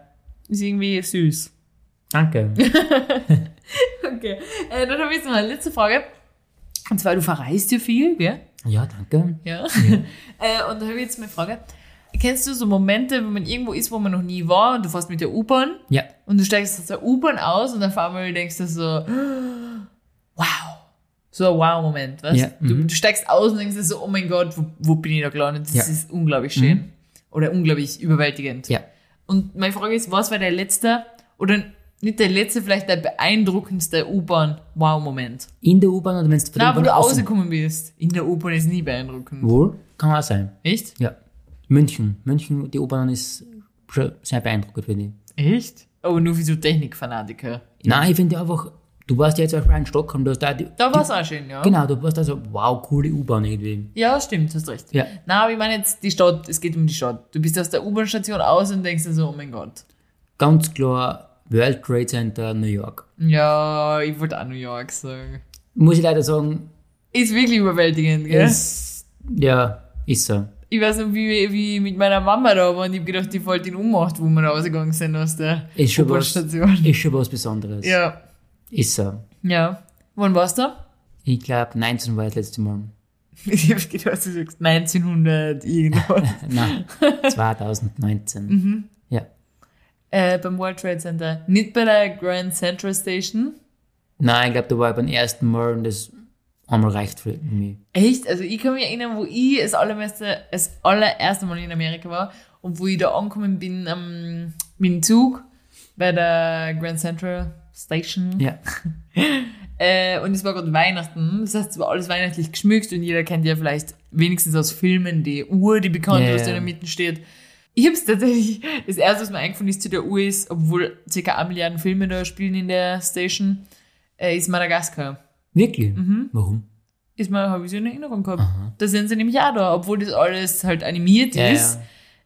Ist irgendwie süß.
danke.
Okay. Äh, dann habe ich jetzt noch eine letzte Frage. Und zwar, du verreist ja viel, gell?
Ja, danke.
Ja. [LAUGHS] äh, und da habe ich jetzt meine Frage. Kennst du so Momente, wenn man irgendwo ist, wo man noch nie war und du fährst mit der U-Bahn
Ja,
und du steigst aus der U-Bahn aus und auf einmal denkst du so, wow. So ein Wow-Moment, weißt
Ja,
du?
mhm.
Du steigst aus und denkst dir so, oh mein Gott, wo, wo bin ich da gelandet? Das
Ja. Mhm.
ist unglaublich schön. Oder unglaublich überwältigend.
ja.
Und meine Frage ist, was war der letzte oder nicht der letzte, vielleicht der beeindruckendste U-Bahn-Wow-Moment?
In der U-Bahn oder wenn du von der
Na, wo
U-Bahn
du
raus-
rausgekommen bist. In der U-Bahn ist nie beeindruckend.
Wohl, kann auch sein.
Echt?
Ja. München. München, die U-Bahn ist schon sehr beeindruckend für die.
Echt? Aber nur wie so Technikfanatiker.
Nein, ich finde einfach, du warst ja jetzt zum Beispiel in Stockholm, du hast da die,
Da war es auch schön, ja.
Genau, du warst also, wow, coole U-Bahn irgendwie.
Ja, stimmt, hast recht.
Ja.
Na, aber ich meine jetzt die Stadt, es geht um die Stadt. Du bist aus der U-Bahn-Station aus und denkst dir so, oh mein Gott.
Ganz klar, World Trade Center, New York.
Ja, ich wollte auch New York sagen.
Muss ich leider sagen,
Ist wirklich überwältigend, gell?
ist, ja, ist so.
Ich weiß noch, wie, wie ich mit meiner Mama da war und ich hab gedacht, die wollte ihn ummacht, wo wir rausgegangen sind aus der
Ist schon was,
U-Bahn-Station.
ist schon was Besonderes.
Ja.
Ist so.
Ja. Wann warst du?
[LAUGHS] Ich glaube, 19 war das letzte Mal.
Ich hab gedacht, du sagst 1900 irgendwas.
Nein, 2019.
Mhm.
Ja.
[LAUGHS] äh, beim World Trade Center. Nicht bei der Grand Central Station.
Nein, ich glaube, da war ich beim ersten Mal und das einmal reicht für mich.
Echt? Also ich kann mich erinnern, wo ich das allererste, das allererste Mal in Amerika war und wo ich da angekommen bin ähm, mit dem Zug bei der Grand Central Station.
Ja.
Äh, und es war gerade Weihnachten, das heißt, es war alles weihnachtlich geschmückt und jeder kennt ja vielleicht wenigstens aus Filmen die Uhr, die bekannte,
Ja,
was da
ja.
in der Mitte steht. Ich habe es tatsächlich, das erste, was mir eingefallen ist zu der Uhr ist, obwohl circa eine Milliarden Filme da spielen in der Station, äh, ist Madagaskar.
Wirklich?
Mhm.
Warum?
Ist mal, habe ich so in Erinnerung gehabt. Da sind sie nämlich auch da, obwohl das alles halt animiert
Ja,
ist,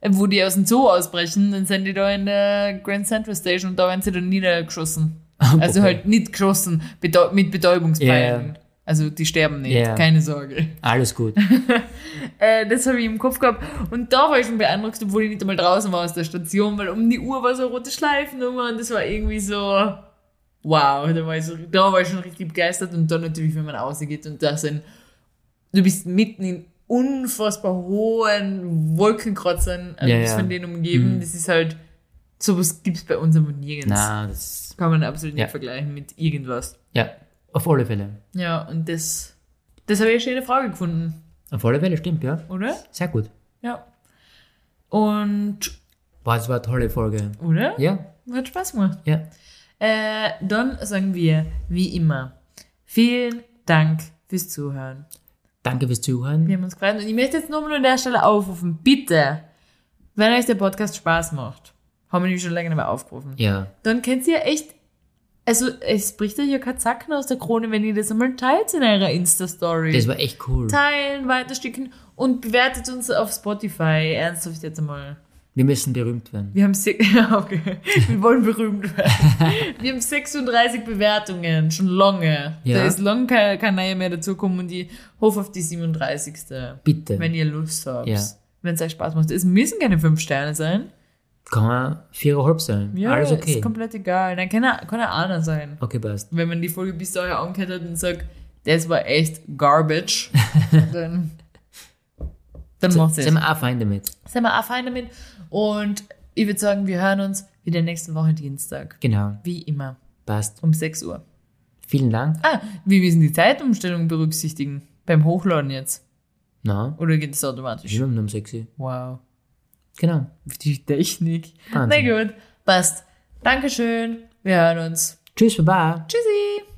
ja.
äh, wo die aus dem Zoo ausbrechen, dann sind die da in der Grand Central Station und da werden sie dann niedergeschossen. Also
Okay.
halt nicht geschossen, bedau- mit Betäubungspfeilen.
Ja, ja.
Also die sterben nicht,
Ja.
keine Sorge.
Alles
[LAUGHS]
gut.
Äh, das habe ich im Kopf gehabt. Und da war ich schon beeindruckt, obwohl ich nicht einmal draußen war aus der Station, weil um die Uhr war so eine rote Schleifennummer und das war irgendwie so. Wow, da war, ich so, da war ich schon richtig begeistert. Und dann natürlich, wenn man rausgeht und da sind. Du bist mitten in unfassbar hohen Wolkenkratzern, also
Ja,
bist
ja.
von denen umgeben.
Mhm.
Das ist halt. Sowas gibt es bei uns aber nirgends.
Nein, das.
Kann man absolut nicht
Ja.
vergleichen mit irgendwas.
Ja, auf alle Fälle.
Ja, und das. Das habe ich eine schöne Frage gefunden,
Auf alle Fälle, stimmt, ja.
oder?
Sehr gut.
Ja. Und,
Boah, das war eine tolle Folge.
oder?
Ja,
Hat Spaß gemacht.
ja.
Äh, dann sagen wir, wie immer, vielen Dank fürs Zuhören.
Danke fürs Zuhören.
Wir haben uns gefreut und ich möchte jetzt nochmal an der Stelle aufrufen, bitte, wenn euch der Podcast Spaß macht, haben wir nämlich schon lange nicht mehr aufgerufen,
Ja,
dann könnt ihr echt, also es bricht euch ja kein Zacken aus der Krone, wenn ihr das einmal teilt in eurer Insta-Story.
das war echt cool.
teilen, weitersticken und bewertet uns auf Spotify. Ernsthaft jetzt einmal.
Wir müssen berühmt werden.
Wir haben se- [LAUGHS] Ja, okay. Wir wollen berühmt werden.
[LAUGHS]
Wir haben 36 Bewertungen, schon lange.
Ja.
Da ist lange kein, kein neuer mehr dazukommen und ich hoffe auf die 37.
Bitte.
Wenn ihr Lust habt.
Ja.
Wenn es euch Spaß macht. Es müssen keine 5 Sterne sein.
Kann man viereinhalb sein.
Ja,
Alles
ist
okay.
komplett egal. Dann kann er, kann er einer sein.
Okay, passt. [LAUGHS]
Wenn man die Folge bis dahin angehört hat und sagt, das war echt garbage, dann dann macht es.
Sind wir auch fein damit.
Sind wir auch fein damit. Und ich würde sagen, wir hören uns wieder nächste Woche Dienstag.
Genau,
Wie immer.
passt.
Um 6 Uhr.
Vielen Dank.
Ah, wir müssen die Zeitumstellung berücksichtigen. Beim Hochladen jetzt.
Na,
Oder geht das automatisch?
schwimmen um sexy.
Wow.
Genau.
Die Technik.
Wahnsinn.
Na gut. Passt. Dankeschön. Wir hören uns.
Tschüss, baba.
Tschüssi.